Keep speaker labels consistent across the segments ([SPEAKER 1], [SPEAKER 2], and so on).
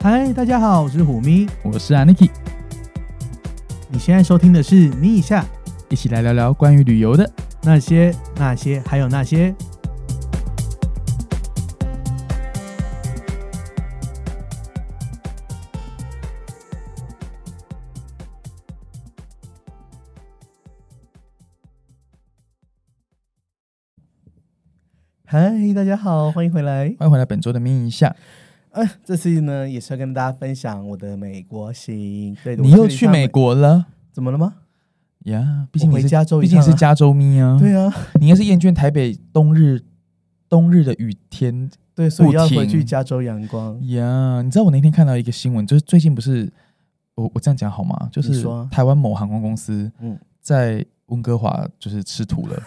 [SPEAKER 1] 嗨，大家好，我是虎咪。
[SPEAKER 2] 我是 Aniki，
[SPEAKER 1] 你现在收听的是《咪一下
[SPEAKER 2] 一起来聊聊关于旅游的。
[SPEAKER 1] 那些那些还有那些》。嗨，大家好，欢迎回来。
[SPEAKER 2] 欢迎回来本周的咪一下，
[SPEAKER 1] 哎、这次呢也是要跟大家分享我的美国行。对，
[SPEAKER 2] 你又去
[SPEAKER 1] 我这
[SPEAKER 2] 美？
[SPEAKER 1] 一趟
[SPEAKER 2] 国了
[SPEAKER 1] 怎么了吗？
[SPEAKER 2] 呀？毕竟
[SPEAKER 1] 我回
[SPEAKER 2] 你是
[SPEAKER 1] 加州一
[SPEAKER 2] 毕竟
[SPEAKER 1] 趟啊
[SPEAKER 2] 是加州咪啊。
[SPEAKER 1] 对啊，
[SPEAKER 2] 你应该是厌倦台北冬日冬日的雨天
[SPEAKER 1] 对，所以
[SPEAKER 2] 不
[SPEAKER 1] 要回
[SPEAKER 2] 停
[SPEAKER 1] 去加州阳光。
[SPEAKER 2] 呀。你知道我那天看到一个新闻，就是最近不是我我这样讲好吗？就
[SPEAKER 1] 你
[SPEAKER 2] 是
[SPEAKER 1] 说啊
[SPEAKER 2] 台湾某航空公司
[SPEAKER 1] 嗯，
[SPEAKER 2] 在温哥华就是吃土了，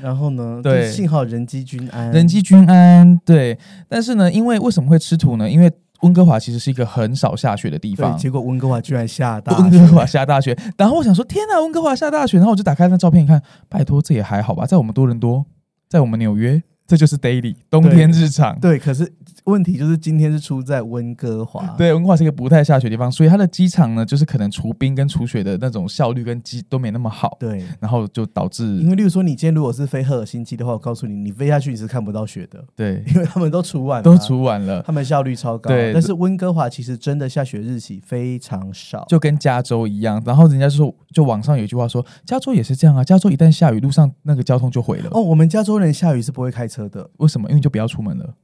[SPEAKER 1] 然后呢？
[SPEAKER 2] 对
[SPEAKER 1] 就是幸好人机均安。
[SPEAKER 2] 人机均安。对，但是呢，因为为什么会吃土呢？因为温哥华其实是一个很少下雪的地
[SPEAKER 1] 对，
[SPEAKER 2] 方，
[SPEAKER 1] 结果温哥华居然下大
[SPEAKER 2] 温
[SPEAKER 1] 雪
[SPEAKER 2] 哥华下大雪，然后我想说，天哪，温哥华下大雪，然后我就打开那照片一看，拜托，这也还好吧，在我们多伦多，在我们纽约，这就是 daily 冬天日常。
[SPEAKER 1] 对，可是问题就是今天是出在温哥华。
[SPEAKER 2] 对，温哥华是一个不太下雪的地方，所以它的机场呢，就是可能除冰跟除雪的那种效率跟机都没那么好，
[SPEAKER 1] 对，
[SPEAKER 2] 然后就导
[SPEAKER 1] 因
[SPEAKER 2] 致
[SPEAKER 1] 为例如说你今天如果是飞赫尔辛基的话，我告诉你，你飞下去你是看不到雪的，
[SPEAKER 2] 对
[SPEAKER 1] 因为他们都除晚了，
[SPEAKER 2] 都除晚了，
[SPEAKER 1] 他们效率超高。
[SPEAKER 2] 对
[SPEAKER 1] 但是温哥华其实真的下雪日期非常少。
[SPEAKER 2] 就跟加州一样。然后人家就说，就网上有一句话说，加州也是这样啊，加州一旦下雨，路上那个交通就毁了。
[SPEAKER 1] 哦，我们加州人下雨是不会开车的，
[SPEAKER 2] 为什么？因为你就不要出门了。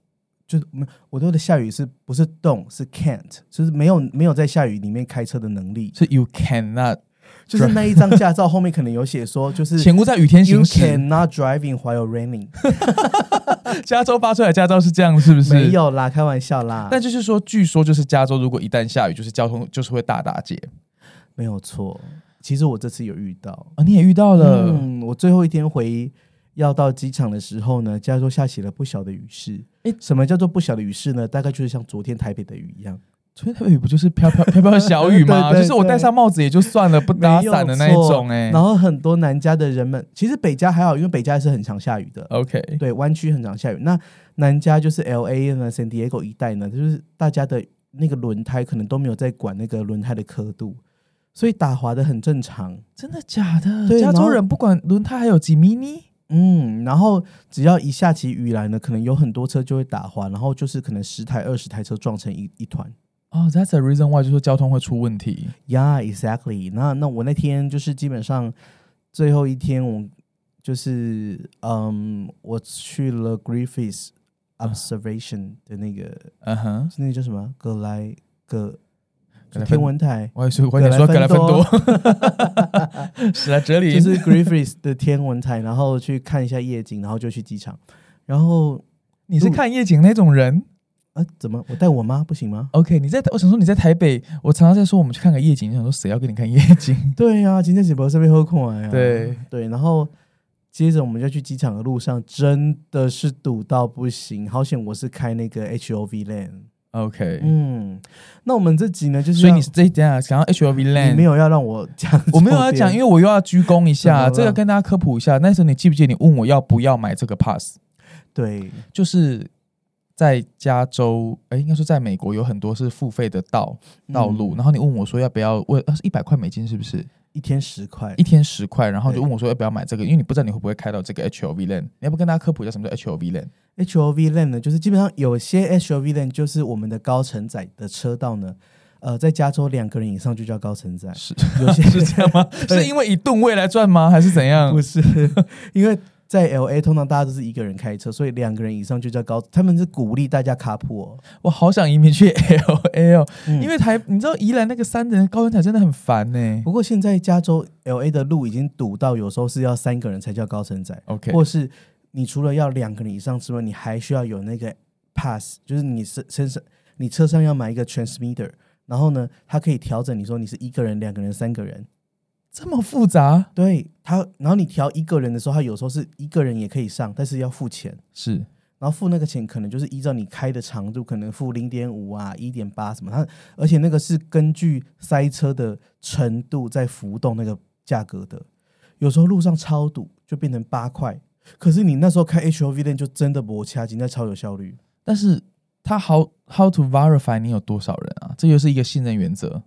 [SPEAKER 1] 就是我们我说的下雨是不是动是 can't，就是没有没有在下雨里面开车的能力，
[SPEAKER 2] 是 you cannot，
[SPEAKER 1] 就是那一张驾照后面可能有写说就是。
[SPEAKER 2] 请勿在雨天
[SPEAKER 1] You
[SPEAKER 2] 行驶。
[SPEAKER 1] cannot driving while raining，
[SPEAKER 2] 加州发出来的驾照是这样，是不是？
[SPEAKER 1] 没。有啦，开玩笑啦，
[SPEAKER 2] 但就是说，据说就是加州，如果一旦下雨，就是交通就是会大打劫
[SPEAKER 1] 没有错。其实我这次有遇到，
[SPEAKER 2] 啊！你也遇到了，
[SPEAKER 1] 嗯，我最后一天回要到机场的时候呢，加州下起了不小的雨势。
[SPEAKER 2] 诶
[SPEAKER 1] 什么叫做不小的雨势呢？大概就是像昨天台北的雨一样，
[SPEAKER 2] 所以台北雨不就是飘飘飘飘小雨
[SPEAKER 1] 对
[SPEAKER 2] 吗？
[SPEAKER 1] 对对
[SPEAKER 2] 就是我戴上帽子也就算了，不打伞的那一种
[SPEAKER 1] 没有
[SPEAKER 2] 哎、
[SPEAKER 1] 错然后很多南加的人们，其实北加还好，因为北加是很常下雨的。
[SPEAKER 2] OK，
[SPEAKER 1] 对，湾区很常下雨。那南加就是 L A 呢、San Diego 一带呢，就是大家的那个轮胎可能都没有在管那个轮胎的刻度，所以打滑的很正常。
[SPEAKER 2] 真的假的？
[SPEAKER 1] 对
[SPEAKER 2] 加
[SPEAKER 1] 然后
[SPEAKER 2] 州人不管轮胎还有几米呢？
[SPEAKER 1] 嗯，然后只要一下起雨来呢，可能有很多车就会打滑，然后就是可能十台、二十台车撞成一一团。
[SPEAKER 2] 哦、t h a t s the reason why，就是说交通会出问题。
[SPEAKER 1] Yeah, exactly 那。那我那天就是基本上最后一天，我就是嗯，我去了 Griffiths Observation 的那个，
[SPEAKER 2] 嗯哼，
[SPEAKER 1] 那个叫什么？格莱格
[SPEAKER 2] 格莱芬
[SPEAKER 1] 天文台，
[SPEAKER 2] 我也是，我也说格
[SPEAKER 1] 格
[SPEAKER 2] 莱
[SPEAKER 1] 莱
[SPEAKER 2] 芬
[SPEAKER 1] 芬多
[SPEAKER 2] 多， 史莱哲林，
[SPEAKER 1] 就是 Griffiths 的天文台，然后去看一下夜景，然后就去机场。然后
[SPEAKER 2] 你是看夜景那种人。
[SPEAKER 1] 啊，怎么我带我妈不行 吗？
[SPEAKER 2] OK，你在我想说你在台北，我常常在说我们去看个夜景，你想说谁要跟你看夜景？
[SPEAKER 1] 对呀、今天直播是被喝空了呀。
[SPEAKER 2] 啊对
[SPEAKER 1] 对，然后接着我们就去机场的路上，真的是堵到不行，好险我是开那个 HOV lane。
[SPEAKER 2] OK，、
[SPEAKER 1] 嗯，那我们这集呢，就是
[SPEAKER 2] 所以
[SPEAKER 1] 要
[SPEAKER 2] 你是这一下想要 HLV
[SPEAKER 1] 你
[SPEAKER 2] Land
[SPEAKER 1] 没？有嗯要让我讲，
[SPEAKER 2] 我没有要讲，因为我又要鞠躬
[SPEAKER 1] 怎
[SPEAKER 2] 一
[SPEAKER 1] 么
[SPEAKER 2] 下，
[SPEAKER 1] 了
[SPEAKER 2] 这个跟大家科普一下。那时候你记不记得你问我要不要买这个 pass？
[SPEAKER 1] 对
[SPEAKER 2] 就是在加州，哎、应该说在美国有很多是付费的道道路，
[SPEAKER 1] 嗯
[SPEAKER 2] 然后你问我说要不要，我呃是一百块美金是不是？
[SPEAKER 1] 一天十块
[SPEAKER 2] 一，天十块，然后就
[SPEAKER 1] 对
[SPEAKER 2] 问我说要不要买这个，因为你不知道你会不会开到这个 HLV Land。你要不跟大家科普一下什么叫 HLV Land？
[SPEAKER 1] HOV lane 呢，就是基本上有些 HOV lane 就是我们的高承载的车道呢，呃，在加州两个人以上就叫高承载，
[SPEAKER 2] 是
[SPEAKER 1] 有些
[SPEAKER 2] 是这样吗？
[SPEAKER 1] 对
[SPEAKER 2] 是因为以吨位来赚吗？还是怎样
[SPEAKER 1] 不？是，因为在 L A 通常大家都是一个人开车，所以两个人以上就叫高，他们是鼓励大家卡普、哦，
[SPEAKER 2] 我好想移民去 LA 哦，
[SPEAKER 1] 嗯
[SPEAKER 2] 因为台你知道宜兰那个山的高原台真的很烦呢、
[SPEAKER 1] 不过现在加州 L A 的路已经堵到有时候是要三个人才叫高承载
[SPEAKER 2] OK，
[SPEAKER 1] 或是你除了要两个人以上之外，你还需要有那个 pass，就是你身身上你车上要买一个 transmitter，然后呢，它可以调整你说你是一个人、两个人、三个人。
[SPEAKER 2] 这么复杂？
[SPEAKER 1] 对它，然后你调一个人的时候，它有时候是一个人也可以上，但是要付钱。
[SPEAKER 2] 是
[SPEAKER 1] 然后付那个钱可能就是依照你开的长度，可能付零点五啊、一点八什么，它而且那个是根据塞车的程度在浮动那个价格的。有时候路上超堵就变成八块，可是你那时候开 HOV 链就真的摩掐，真的超有效率。
[SPEAKER 2] 但是他 how how to verify 你有多少人啊？这又是一个信任原则。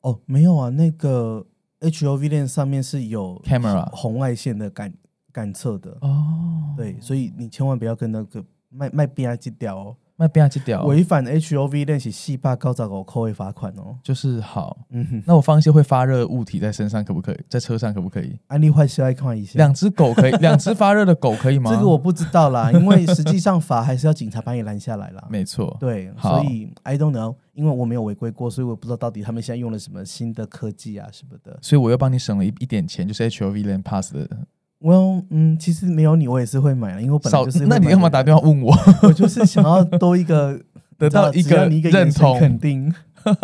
[SPEAKER 1] 哦，没有啊，那个 HOV 链上面是有
[SPEAKER 2] Camera
[SPEAKER 1] 红外线的感感测的，
[SPEAKER 2] 哦，
[SPEAKER 1] 对，所以你千万不要跟那个卖卖 B I G 掉哦，
[SPEAKER 2] 那边去掉
[SPEAKER 1] 违反 HOV 链是细霸高找狗扣会罚款哦。
[SPEAKER 2] 就是好。
[SPEAKER 1] 嗯哼，
[SPEAKER 2] 那我放一些会发热物体在身上，可不可以？在车上可不可以？
[SPEAKER 1] 安利坏事要看一下。
[SPEAKER 2] 两只狗 可以，两只发热的狗可以吗？
[SPEAKER 1] 这个我不知道 啦，因为实际上法还是要警察把你拦下来啦。
[SPEAKER 2] 没错，
[SPEAKER 1] 对，
[SPEAKER 2] 好
[SPEAKER 1] 所以 I don't know，因为我没有违规过，所以我不知道到底他们现在用了什么新的科技啊什么的。
[SPEAKER 2] 所以我又帮你省了一一点钱，就是 HOV Land Pass 的。
[SPEAKER 1] Well，嗯，其实没有你我也是会买啦，因为我本来就是会
[SPEAKER 2] 那你干嘛
[SPEAKER 1] 买
[SPEAKER 2] 打
[SPEAKER 1] 的
[SPEAKER 2] 电话问我？
[SPEAKER 1] 我就是想要多一个
[SPEAKER 2] 得到一
[SPEAKER 1] 你知啊道只要
[SPEAKER 2] 个
[SPEAKER 1] 你一个
[SPEAKER 2] 认
[SPEAKER 1] 眼神
[SPEAKER 2] 同。
[SPEAKER 1] 肯定。哎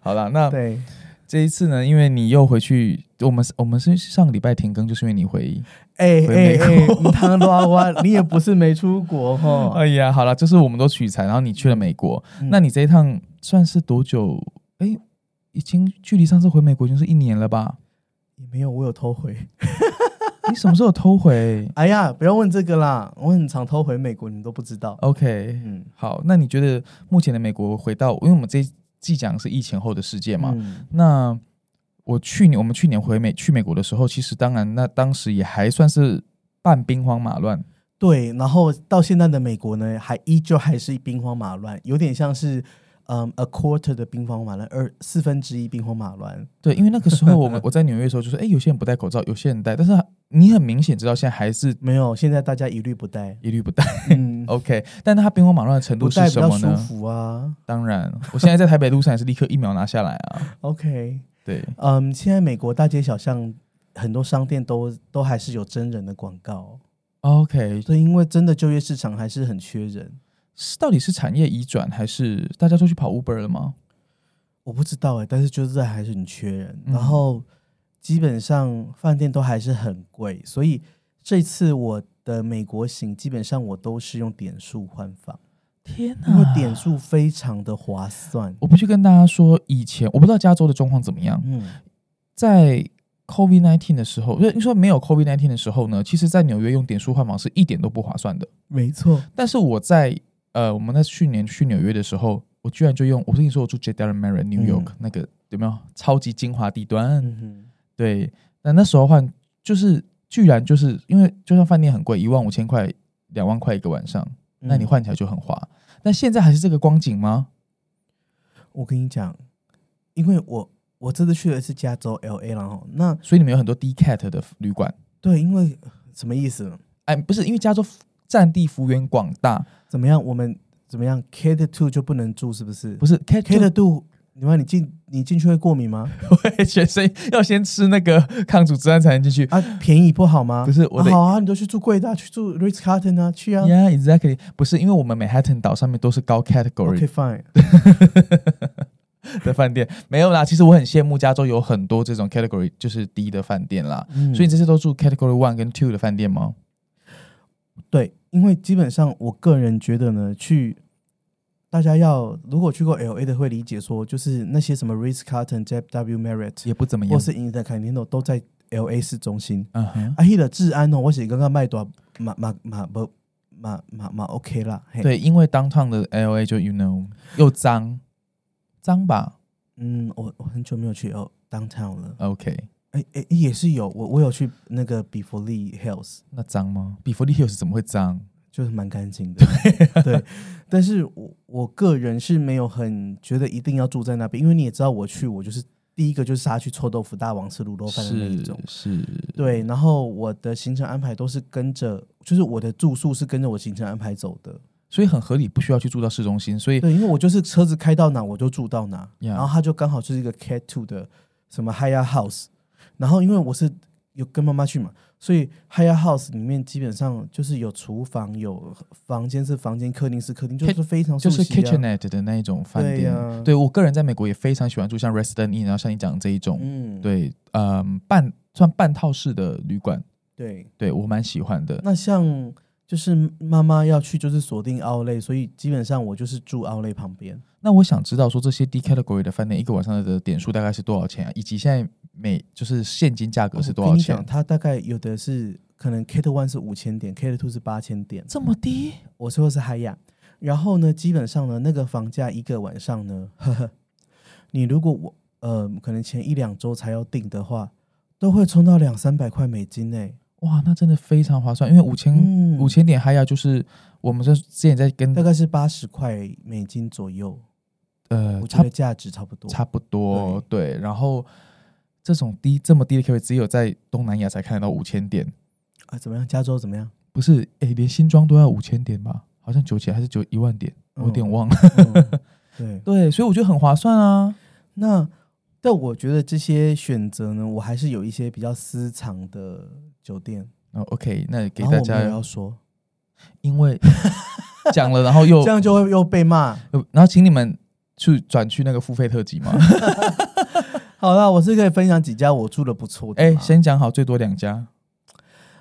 [SPEAKER 2] 好了，那
[SPEAKER 1] 对，
[SPEAKER 2] 这一次呢，因为你又回去，我们我们是上个礼拜停更，就是因为你回。
[SPEAKER 1] 哎哎
[SPEAKER 2] 回美
[SPEAKER 1] 哎，你汤拉哇，你也不是没出国哈。
[SPEAKER 2] 哎呀，好了，就是我们都取材，然后你去了美国，
[SPEAKER 1] 嗯
[SPEAKER 2] 那你这一趟算是多久？哎，已经距离上次回美国已经是一年了吧？
[SPEAKER 1] 也没有，我有偷回。
[SPEAKER 2] 你什么时候偷回
[SPEAKER 1] 哎呀，不要问这个啦，我很常偷回美国，你们都不知道。
[SPEAKER 2] 哦？OK，
[SPEAKER 1] 嗯，
[SPEAKER 2] 好，那你觉得目前的美国回到，因为我们这一季讲是疫情后的世界嘛，
[SPEAKER 1] 嗯
[SPEAKER 2] 那我去年我们去年回美去美国的时候，其实当然那当时也还算是半兵荒马乱，
[SPEAKER 1] 对，然后到现在的美国呢，还依旧还是兵荒马乱，有点像是嗯、a quarter 的兵荒马乱，二四分之一兵荒马乱。
[SPEAKER 2] 对，因为那个时候 我们我在纽约的时候，就是哎、诶有些人不戴口罩，有些人戴，但是你很明显知道现在还是，
[SPEAKER 1] 没有，现在大家一律不戴
[SPEAKER 2] 一律不戴。
[SPEAKER 1] 嗯，
[SPEAKER 2] OK，但他兵荒马乱的哦程度
[SPEAKER 1] 不
[SPEAKER 2] 是
[SPEAKER 1] 戴比
[SPEAKER 2] 什
[SPEAKER 1] 较
[SPEAKER 2] 么
[SPEAKER 1] 舒
[SPEAKER 2] 呢？
[SPEAKER 1] 服啊。
[SPEAKER 2] 当然， 我现在在台北路上也是立刻一秒拿下来啊。
[SPEAKER 1] OK，
[SPEAKER 2] 对，
[SPEAKER 1] 嗯，现在美国大街小巷很多商店都都还是有真人的广告，
[SPEAKER 2] OK，
[SPEAKER 1] 所以因为真的就业市场还是很缺人。
[SPEAKER 2] 是到底是产业移转还是大家都去跑 Uber 了吗？
[SPEAKER 1] 我不知道哎、但是就是还是很缺人，
[SPEAKER 2] 嗯
[SPEAKER 1] 然后基本上饭店都还是很贵，所以这次我的美国行基本上我都是用点数换房，
[SPEAKER 2] 天
[SPEAKER 1] 因为点数非常的划算。
[SPEAKER 2] 我必须跟大家说，以前我不知道加州的状况怎么样，
[SPEAKER 1] 嗯，
[SPEAKER 2] 在 COVID nineteen 的时候，就是你说没有 COVID nineteen 的时候呢，其实在纽约用点数换房是一点都不划算的。
[SPEAKER 1] 没错，
[SPEAKER 2] 但是我在呃，我们在去年去纽约的时候，我居然就用，我跟你说我住 J. d a r r e n Mary New York、
[SPEAKER 1] 嗯
[SPEAKER 2] 那个有没有超级精华地段？
[SPEAKER 1] 嗯
[SPEAKER 2] 对，那那时候换就是居然就是因为就算饭店很贵，一万五千块、两万块一个晚上，
[SPEAKER 1] 哼，
[SPEAKER 2] 那你换起来就很划。那现在还是这个光景吗？
[SPEAKER 1] 嗯，我跟你讲，因为我我这次去的是加州 L A 然后那
[SPEAKER 2] 所以你们有很多 D cat 的旅馆，
[SPEAKER 1] 对，因为什么意思？
[SPEAKER 2] 哎，不是因为加州占地幅员广大，
[SPEAKER 1] 怎么样？我们怎么样？Cater to 就不能住是不是
[SPEAKER 2] 不是 cat
[SPEAKER 1] ？Cater to，你妈你进你进去会过敏吗？
[SPEAKER 2] 对，全身要先吃那个 抗组织胺才能进去。
[SPEAKER 1] 啊，便宜不好吗？
[SPEAKER 2] 不是我的
[SPEAKER 1] 啊好啊，你都去住贵的啊、去住 Ritz Carlton 啊，去啊。
[SPEAKER 2] Yeah, exactly。不是因为我们 Manhattan 岛上面都是高
[SPEAKER 1] OK
[SPEAKER 2] category
[SPEAKER 1] fine，
[SPEAKER 2] 的饭店，没有啦。其实我很羡慕加州有很多这种 category 就是低的饭店啦。
[SPEAKER 1] 嗯
[SPEAKER 2] 所以你这次都住 category one 跟 two 的饭店吗？
[SPEAKER 1] 对，因为基本上我个人觉得呢，去大家要如果去过 LA 的会理解说，就是那些什么 Ritz Carlton、JW Marriott
[SPEAKER 2] 也不怎么
[SPEAKER 1] 或
[SPEAKER 2] 样。
[SPEAKER 1] 是 Intercontinental 都在 LA 市中心。
[SPEAKER 2] 嗯哼，
[SPEAKER 1] 啊，迄个治安哦，我是刚刚卖多嘛嘛嘛不嘛嘛嘛 OK 啦。嘿，
[SPEAKER 2] 对，因为 downtown 的 L A 就 you know 又脏，脏吧
[SPEAKER 1] 嗯，我我很久没有去 L downtown 了。
[SPEAKER 2] ？OK，
[SPEAKER 1] 哎哎，也是有我我有去那个比佛利 Hills。
[SPEAKER 2] 那脏吗？比佛利 Hills 怎么会脏？
[SPEAKER 1] 就是蛮干净的， 对但是我我个人是没有很觉得一定要住在那边，因为你也知道，我去我就是第一个就是杀去臭豆腐大王吃卤肉饭的那一
[SPEAKER 2] 是
[SPEAKER 1] 种，
[SPEAKER 2] 是，
[SPEAKER 1] 对。然后我的行程安排都是跟着，就是我的住宿是跟着我行程安排走的，
[SPEAKER 2] 所以很合理，不需要去住到市中心。所以
[SPEAKER 1] 对，因为我就是车子开到哪我就住到哪
[SPEAKER 2] Yeah
[SPEAKER 1] 然后它就刚好就是一个 Cat Two 的什么 Higher House，然后因为我是有跟妈妈去嘛，所以 Higher House 里面基本上就是有厨房，有房间是房间，客厅是客厅，就是非常熟
[SPEAKER 2] 就是
[SPEAKER 1] 悉啊。
[SPEAKER 2] kitchenette 的那一种饭
[SPEAKER 1] 对
[SPEAKER 2] 店。
[SPEAKER 1] 呀
[SPEAKER 2] 对我个人在美国也非常喜欢住像 Resident Inn，然后像啊你讲的这一种，
[SPEAKER 1] 嗯，
[SPEAKER 2] 对，嗯，半算半套式的旅馆，
[SPEAKER 1] 对。
[SPEAKER 2] 对我蛮喜欢的。
[SPEAKER 1] 那像就是妈妈要去，就是锁定奥莱，所以基本上我就是住奥莱旁边。
[SPEAKER 2] 那我想知道说这些 D category 的饭店一个晚上的点数大概是多少钱啊？以及现在每就是现金价格是多
[SPEAKER 1] 哦我
[SPEAKER 2] 少
[SPEAKER 1] 跟你
[SPEAKER 2] 钱？
[SPEAKER 1] 讲，它大概有的是可能 Kate One 是五千点，Kate Two 是八千点，
[SPEAKER 2] 这么低？
[SPEAKER 1] 我说的是海雅。然后呢，基本上呢，那个房价一个晚上呢， 呵呵，你如果我呃可能前一两周才要订的话，都会冲到两三百块美金诶、
[SPEAKER 2] 哇，那真的非常划算，因为五千
[SPEAKER 1] 嗯，
[SPEAKER 2] 五千点嗨呀，就是我们这之前在跟
[SPEAKER 1] 大概是八十块美金左右，
[SPEAKER 2] 呃
[SPEAKER 1] 我觉
[SPEAKER 2] 差
[SPEAKER 1] 得价值差不多。
[SPEAKER 2] 差不多对，然后这种低这么低的 Q 只有在东南亚才看得到五千点，
[SPEAKER 1] 啊，怎么样？加州怎么样？
[SPEAKER 2] 不是诶，连新庄都要五千点吧？好像九千还是九一万点，我有点忘了。
[SPEAKER 1] 嗯、对，
[SPEAKER 2] 对，所以我觉得很划算啊。
[SPEAKER 1] 那但我觉得这些选择呢，我还是有一些比较私藏的酒店，
[SPEAKER 2] 哦，OK，那给
[SPEAKER 1] 然后我
[SPEAKER 2] 大
[SPEAKER 1] 没有
[SPEAKER 2] 家
[SPEAKER 1] 要，说，
[SPEAKER 2] 因为 讲了，然后又
[SPEAKER 1] 这样就会又被骂。
[SPEAKER 2] 又然后请你们去转去那个付费特 辑嘛。
[SPEAKER 1] 好啦，我是可以分享几家我住的不错的
[SPEAKER 2] 哎、
[SPEAKER 1] 嘛。
[SPEAKER 2] 先讲好最多两家，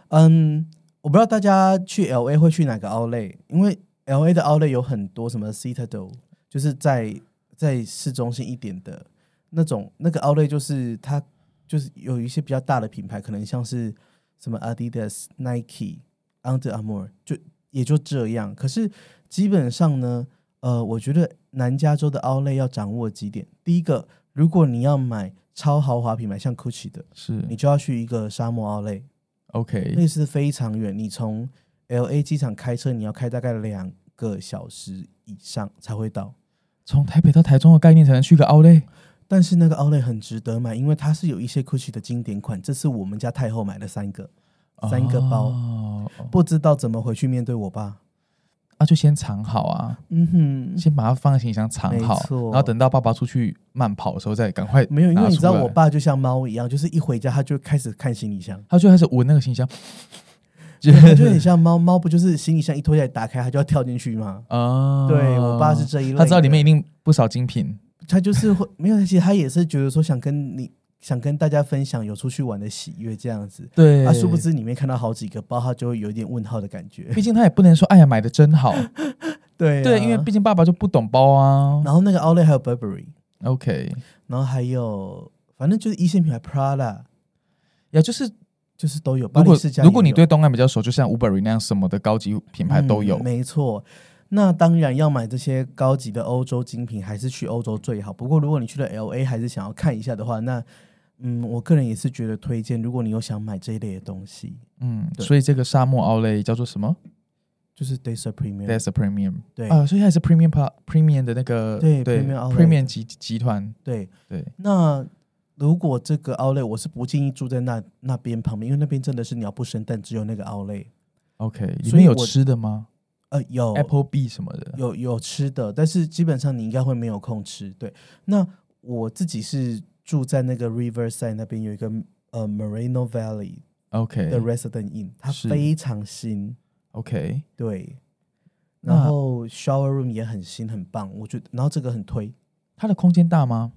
[SPEAKER 1] 嗯，我不知道大家去 L A 会去哪个 Outlet，因为 L A 的 Outlet 有很多什么 Citadel，就是在在市中心一点的那种那个 Outlet，就是它就是有一些比较大的品牌，可能像是什么 Adidas、Nike、Under Armour，就也就这样。可是基本上呢，呃，我觉得南加州的 Outlet 要掌握几点，第一个，如果你要买超豪华品牌，像 Gucci 的，
[SPEAKER 2] 是
[SPEAKER 1] 你就要去一个沙漠 Outlet。
[SPEAKER 2] OK，
[SPEAKER 1] 那是非常远，你从 L A 机场开车，你要开大概两个小时以上才会到。
[SPEAKER 2] 从台北到台中的概念才能去个奥莱。
[SPEAKER 1] 但是那个 Outlet 很值得买，因为它是有一些 Gucci 的经典款。这次我们家太后买了三个，三个包，
[SPEAKER 2] 哦、
[SPEAKER 1] 不知道怎么回去面对我爸。
[SPEAKER 2] 啊，就先藏好啊，
[SPEAKER 1] 嗯哼，
[SPEAKER 2] 先把它放在行李箱藏好
[SPEAKER 1] 没，错
[SPEAKER 2] 然后等到爸爸出去慢跑的时候再赶快
[SPEAKER 1] 没有，因为
[SPEAKER 2] 拿
[SPEAKER 1] 你知
[SPEAKER 2] 出
[SPEAKER 1] 道
[SPEAKER 2] 来
[SPEAKER 1] 我，爸就像猫一样，就是一回家他就开始看行李 箱，
[SPEAKER 2] 他就开始闻那个行李箱，
[SPEAKER 1] 对他就很像猫。猫不就是行李箱一推下来打开，它就要跳进去吗？
[SPEAKER 2] 啊，
[SPEAKER 1] 对我爸是这一类的，
[SPEAKER 2] 他知道里面一定不少精品，
[SPEAKER 1] 他就是会没有，其实他也是觉得说想跟你想跟大家分享有出去玩的喜悦这样子。
[SPEAKER 2] 对
[SPEAKER 1] 啊，殊不。知里面看到好几个包，他就会有一点问号的感觉。
[SPEAKER 2] 毕竟他也不能说，哎呀，买的真好，
[SPEAKER 1] 对啊
[SPEAKER 2] 对，因为毕竟爸爸就不懂包啊。
[SPEAKER 1] 然后那个 Outlet 还有 Burberry，
[SPEAKER 2] OK，
[SPEAKER 1] 然后还有反正就是一线品牌 Prada，
[SPEAKER 2] 也就是
[SPEAKER 1] 就是都有。
[SPEAKER 2] 如
[SPEAKER 1] 巴
[SPEAKER 2] 果
[SPEAKER 1] 黎世家也有
[SPEAKER 2] 如果你对东岸比较熟，就像 Uber 那样什么的高级品牌都有
[SPEAKER 1] 嗯，没错。那当然要买这些高级的欧洲精品，还是去欧洲最好。不过如果你去了 L A，还是想要看一下的话，那嗯，我个人也是觉得推荐。如果你有想买这一类的东西，
[SPEAKER 2] 嗯，
[SPEAKER 1] 对
[SPEAKER 2] 所以这个沙漠奥莱叫做什么
[SPEAKER 1] 就是 Day Supreme。
[SPEAKER 2] ？That's a premium
[SPEAKER 1] 对
[SPEAKER 2] 啊，所以它也是 premium pa- premium 的那个
[SPEAKER 1] 对
[SPEAKER 2] 对
[SPEAKER 1] premium outlet
[SPEAKER 2] premium 集集团
[SPEAKER 1] 对，
[SPEAKER 2] 对
[SPEAKER 1] 那如果这个 outlet 我是不建议住在那那边旁边，因为那边真的是鸟不生蛋，只有那个 outlet。
[SPEAKER 2] OK，里
[SPEAKER 1] 所
[SPEAKER 2] 面
[SPEAKER 1] 以
[SPEAKER 2] 有
[SPEAKER 1] 我
[SPEAKER 2] 吃的吗
[SPEAKER 1] 呃，有
[SPEAKER 2] ？Apple B 什么的
[SPEAKER 1] 有有吃的，但是基本上你应该会没有空吃。对，那我自己是住在那个 Riverside 那边有一个呃 Moreno Valley 的
[SPEAKER 2] ？OK
[SPEAKER 1] Resident Inn，它
[SPEAKER 2] 是
[SPEAKER 1] 非常新，
[SPEAKER 2] OK，
[SPEAKER 1] 对。
[SPEAKER 2] 那
[SPEAKER 1] 然后 shower room 也很新，很棒，我觉得。然后这个很推，
[SPEAKER 2] 它的空间大吗？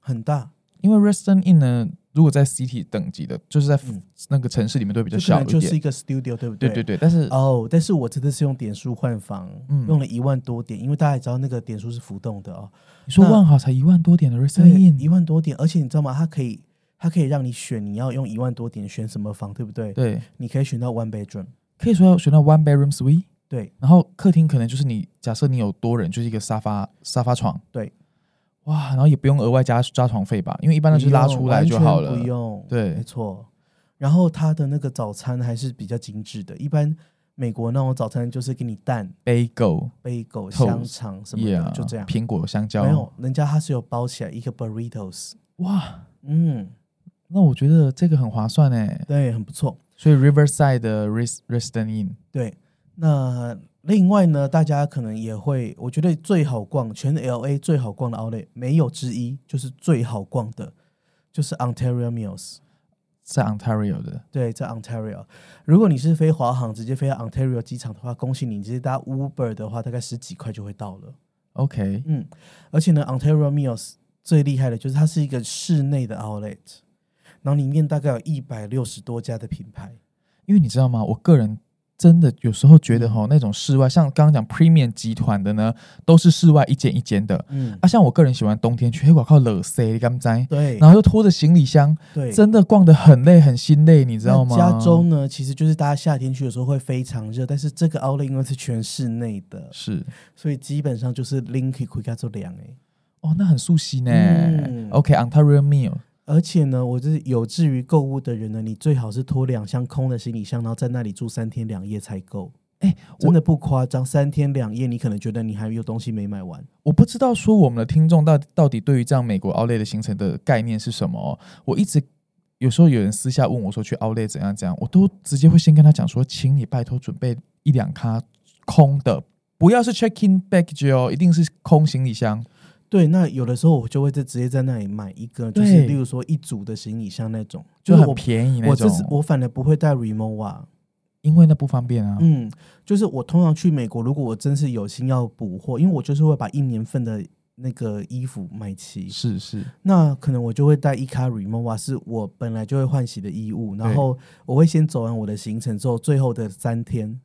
[SPEAKER 1] 很大，
[SPEAKER 2] 因为 Reston Inn 呢，如果在 City 等级的，就是在
[SPEAKER 1] 嗯
[SPEAKER 2] 那个城市里面都比较
[SPEAKER 1] 这
[SPEAKER 2] 小
[SPEAKER 1] 可能
[SPEAKER 2] 一
[SPEAKER 1] 就是
[SPEAKER 2] 点
[SPEAKER 1] 一。个 studio，对不
[SPEAKER 2] 对
[SPEAKER 1] 对
[SPEAKER 2] 对对，但是
[SPEAKER 1] 哦，但是我这次是用点数换房，
[SPEAKER 2] 嗯
[SPEAKER 1] 用了一万多点，因为大家也知道那个点数是浮动的哦，
[SPEAKER 2] 你说
[SPEAKER 1] 那
[SPEAKER 2] 万豪才一万多点的 Reston
[SPEAKER 1] 对，一
[SPEAKER 2] Inn，
[SPEAKER 1] 万多点，而且你知道吗？它可以，它可以让你选你要用一万多点选什么房，对不对？
[SPEAKER 2] 对，
[SPEAKER 1] 你可以选到 one bedroom，
[SPEAKER 2] 可以说要选到 one bedroom suite。
[SPEAKER 1] 对，
[SPEAKER 2] 然后客厅可能就是你假设你有多人，就是一个沙发沙发床。
[SPEAKER 1] 对，
[SPEAKER 2] 哇，然后也不用额外加加床费吧，因为一般都是拉出来就好了
[SPEAKER 1] 不。用，
[SPEAKER 2] 对
[SPEAKER 1] 没错。然后它的那个早餐还是比较精致的，一般美国那种早餐就是给你蛋、
[SPEAKER 2] Bagel，
[SPEAKER 1] 贝狗、
[SPEAKER 2] Toast，
[SPEAKER 1] 香肠什么的
[SPEAKER 2] yeah，
[SPEAKER 1] 就这样。
[SPEAKER 2] 苹果、香蕉。
[SPEAKER 1] 没有，人家它是有包起来一个 burritos，
[SPEAKER 2] 哇，
[SPEAKER 1] 嗯，
[SPEAKER 2] 那我觉得这个很划算哎。
[SPEAKER 1] 对，很不错。
[SPEAKER 2] 所以 Riverside 的 Res Resident Inn，
[SPEAKER 1] 对，那另外呢，大家可能也会，我觉得最好逛全 L A 最好逛的 Outlet 没有之一，就是最好逛的，就是 Ontario Mills。
[SPEAKER 2] 在 Ontario 的，
[SPEAKER 1] 对，在 Ontario。如果你是飞华航直接飞到 Ontario 机场的话，恭喜你，你直接搭 Uber 的话，大概十几块就会到了。
[SPEAKER 2] OK，
[SPEAKER 1] 嗯，而且呢，Ontario Meals 最厉害的就是它是一个室内的 outlet，然后里面大概有一百六十多家的品牌。
[SPEAKER 2] 因为你知道吗？我个人真的有时候觉得
[SPEAKER 1] 嗯
[SPEAKER 2] 哈，那种室外像刚刚讲 Premium 集团的呢，都是室外一间一间的
[SPEAKER 1] 嗯，
[SPEAKER 2] 啊。像我个人喜欢冬天去，嘿，我靠，冷死，你敢知？
[SPEAKER 1] 对，
[SPEAKER 2] 然后又拖着行李箱，
[SPEAKER 1] 对，
[SPEAKER 2] 真的逛得很累很心累，你知道吗？
[SPEAKER 1] 那加州呢，其实就是大家夏天去的时候会非常热，但是这个 outlet 因为是全室内的，
[SPEAKER 2] 是
[SPEAKER 1] 所以基本上就是 Linky 可以做凉哎。
[SPEAKER 2] 哦，那很熟悉呢。
[SPEAKER 1] 嗯
[SPEAKER 2] OK，Ontario、meal
[SPEAKER 1] 而且呢，我就是有志于购物的人呢，你最好是拖两箱空的行李箱，然后在那里住三天两夜才够。
[SPEAKER 2] 哎我
[SPEAKER 1] 真的不夸张，三天两夜，你可能觉得你还有东西没买完。
[SPEAKER 2] 我不知道说我们的听众到到底对于这样美国奥莱的行程的概念是什么、哦。我一直有时候有人私下问我说去奥莱怎样怎样，我都直接会先跟他讲说，请你拜托准备一两咖空的，不要是 check in baggage 哦，一定是空行李箱。
[SPEAKER 1] 对，那有的时候我就会在直接在那里买一个，就是
[SPEAKER 2] 对
[SPEAKER 1] 例如说一组的行李箱那种，
[SPEAKER 2] 就
[SPEAKER 1] 就是
[SPEAKER 2] 很
[SPEAKER 1] 我
[SPEAKER 2] 便宜那
[SPEAKER 1] 我
[SPEAKER 2] 种哦
[SPEAKER 1] 这，次我反而不会带啊 remova，
[SPEAKER 2] 因为那不方便啊。
[SPEAKER 1] 嗯，就是我通常去美国，如果我真是有心要补货，因为我就是会把一年份的那个衣服买齐，
[SPEAKER 2] 是是，
[SPEAKER 1] 那可能我就会带一卡 remova，是我本来就会换洗的衣物，然后我会先走完我的行程之后，最后的三天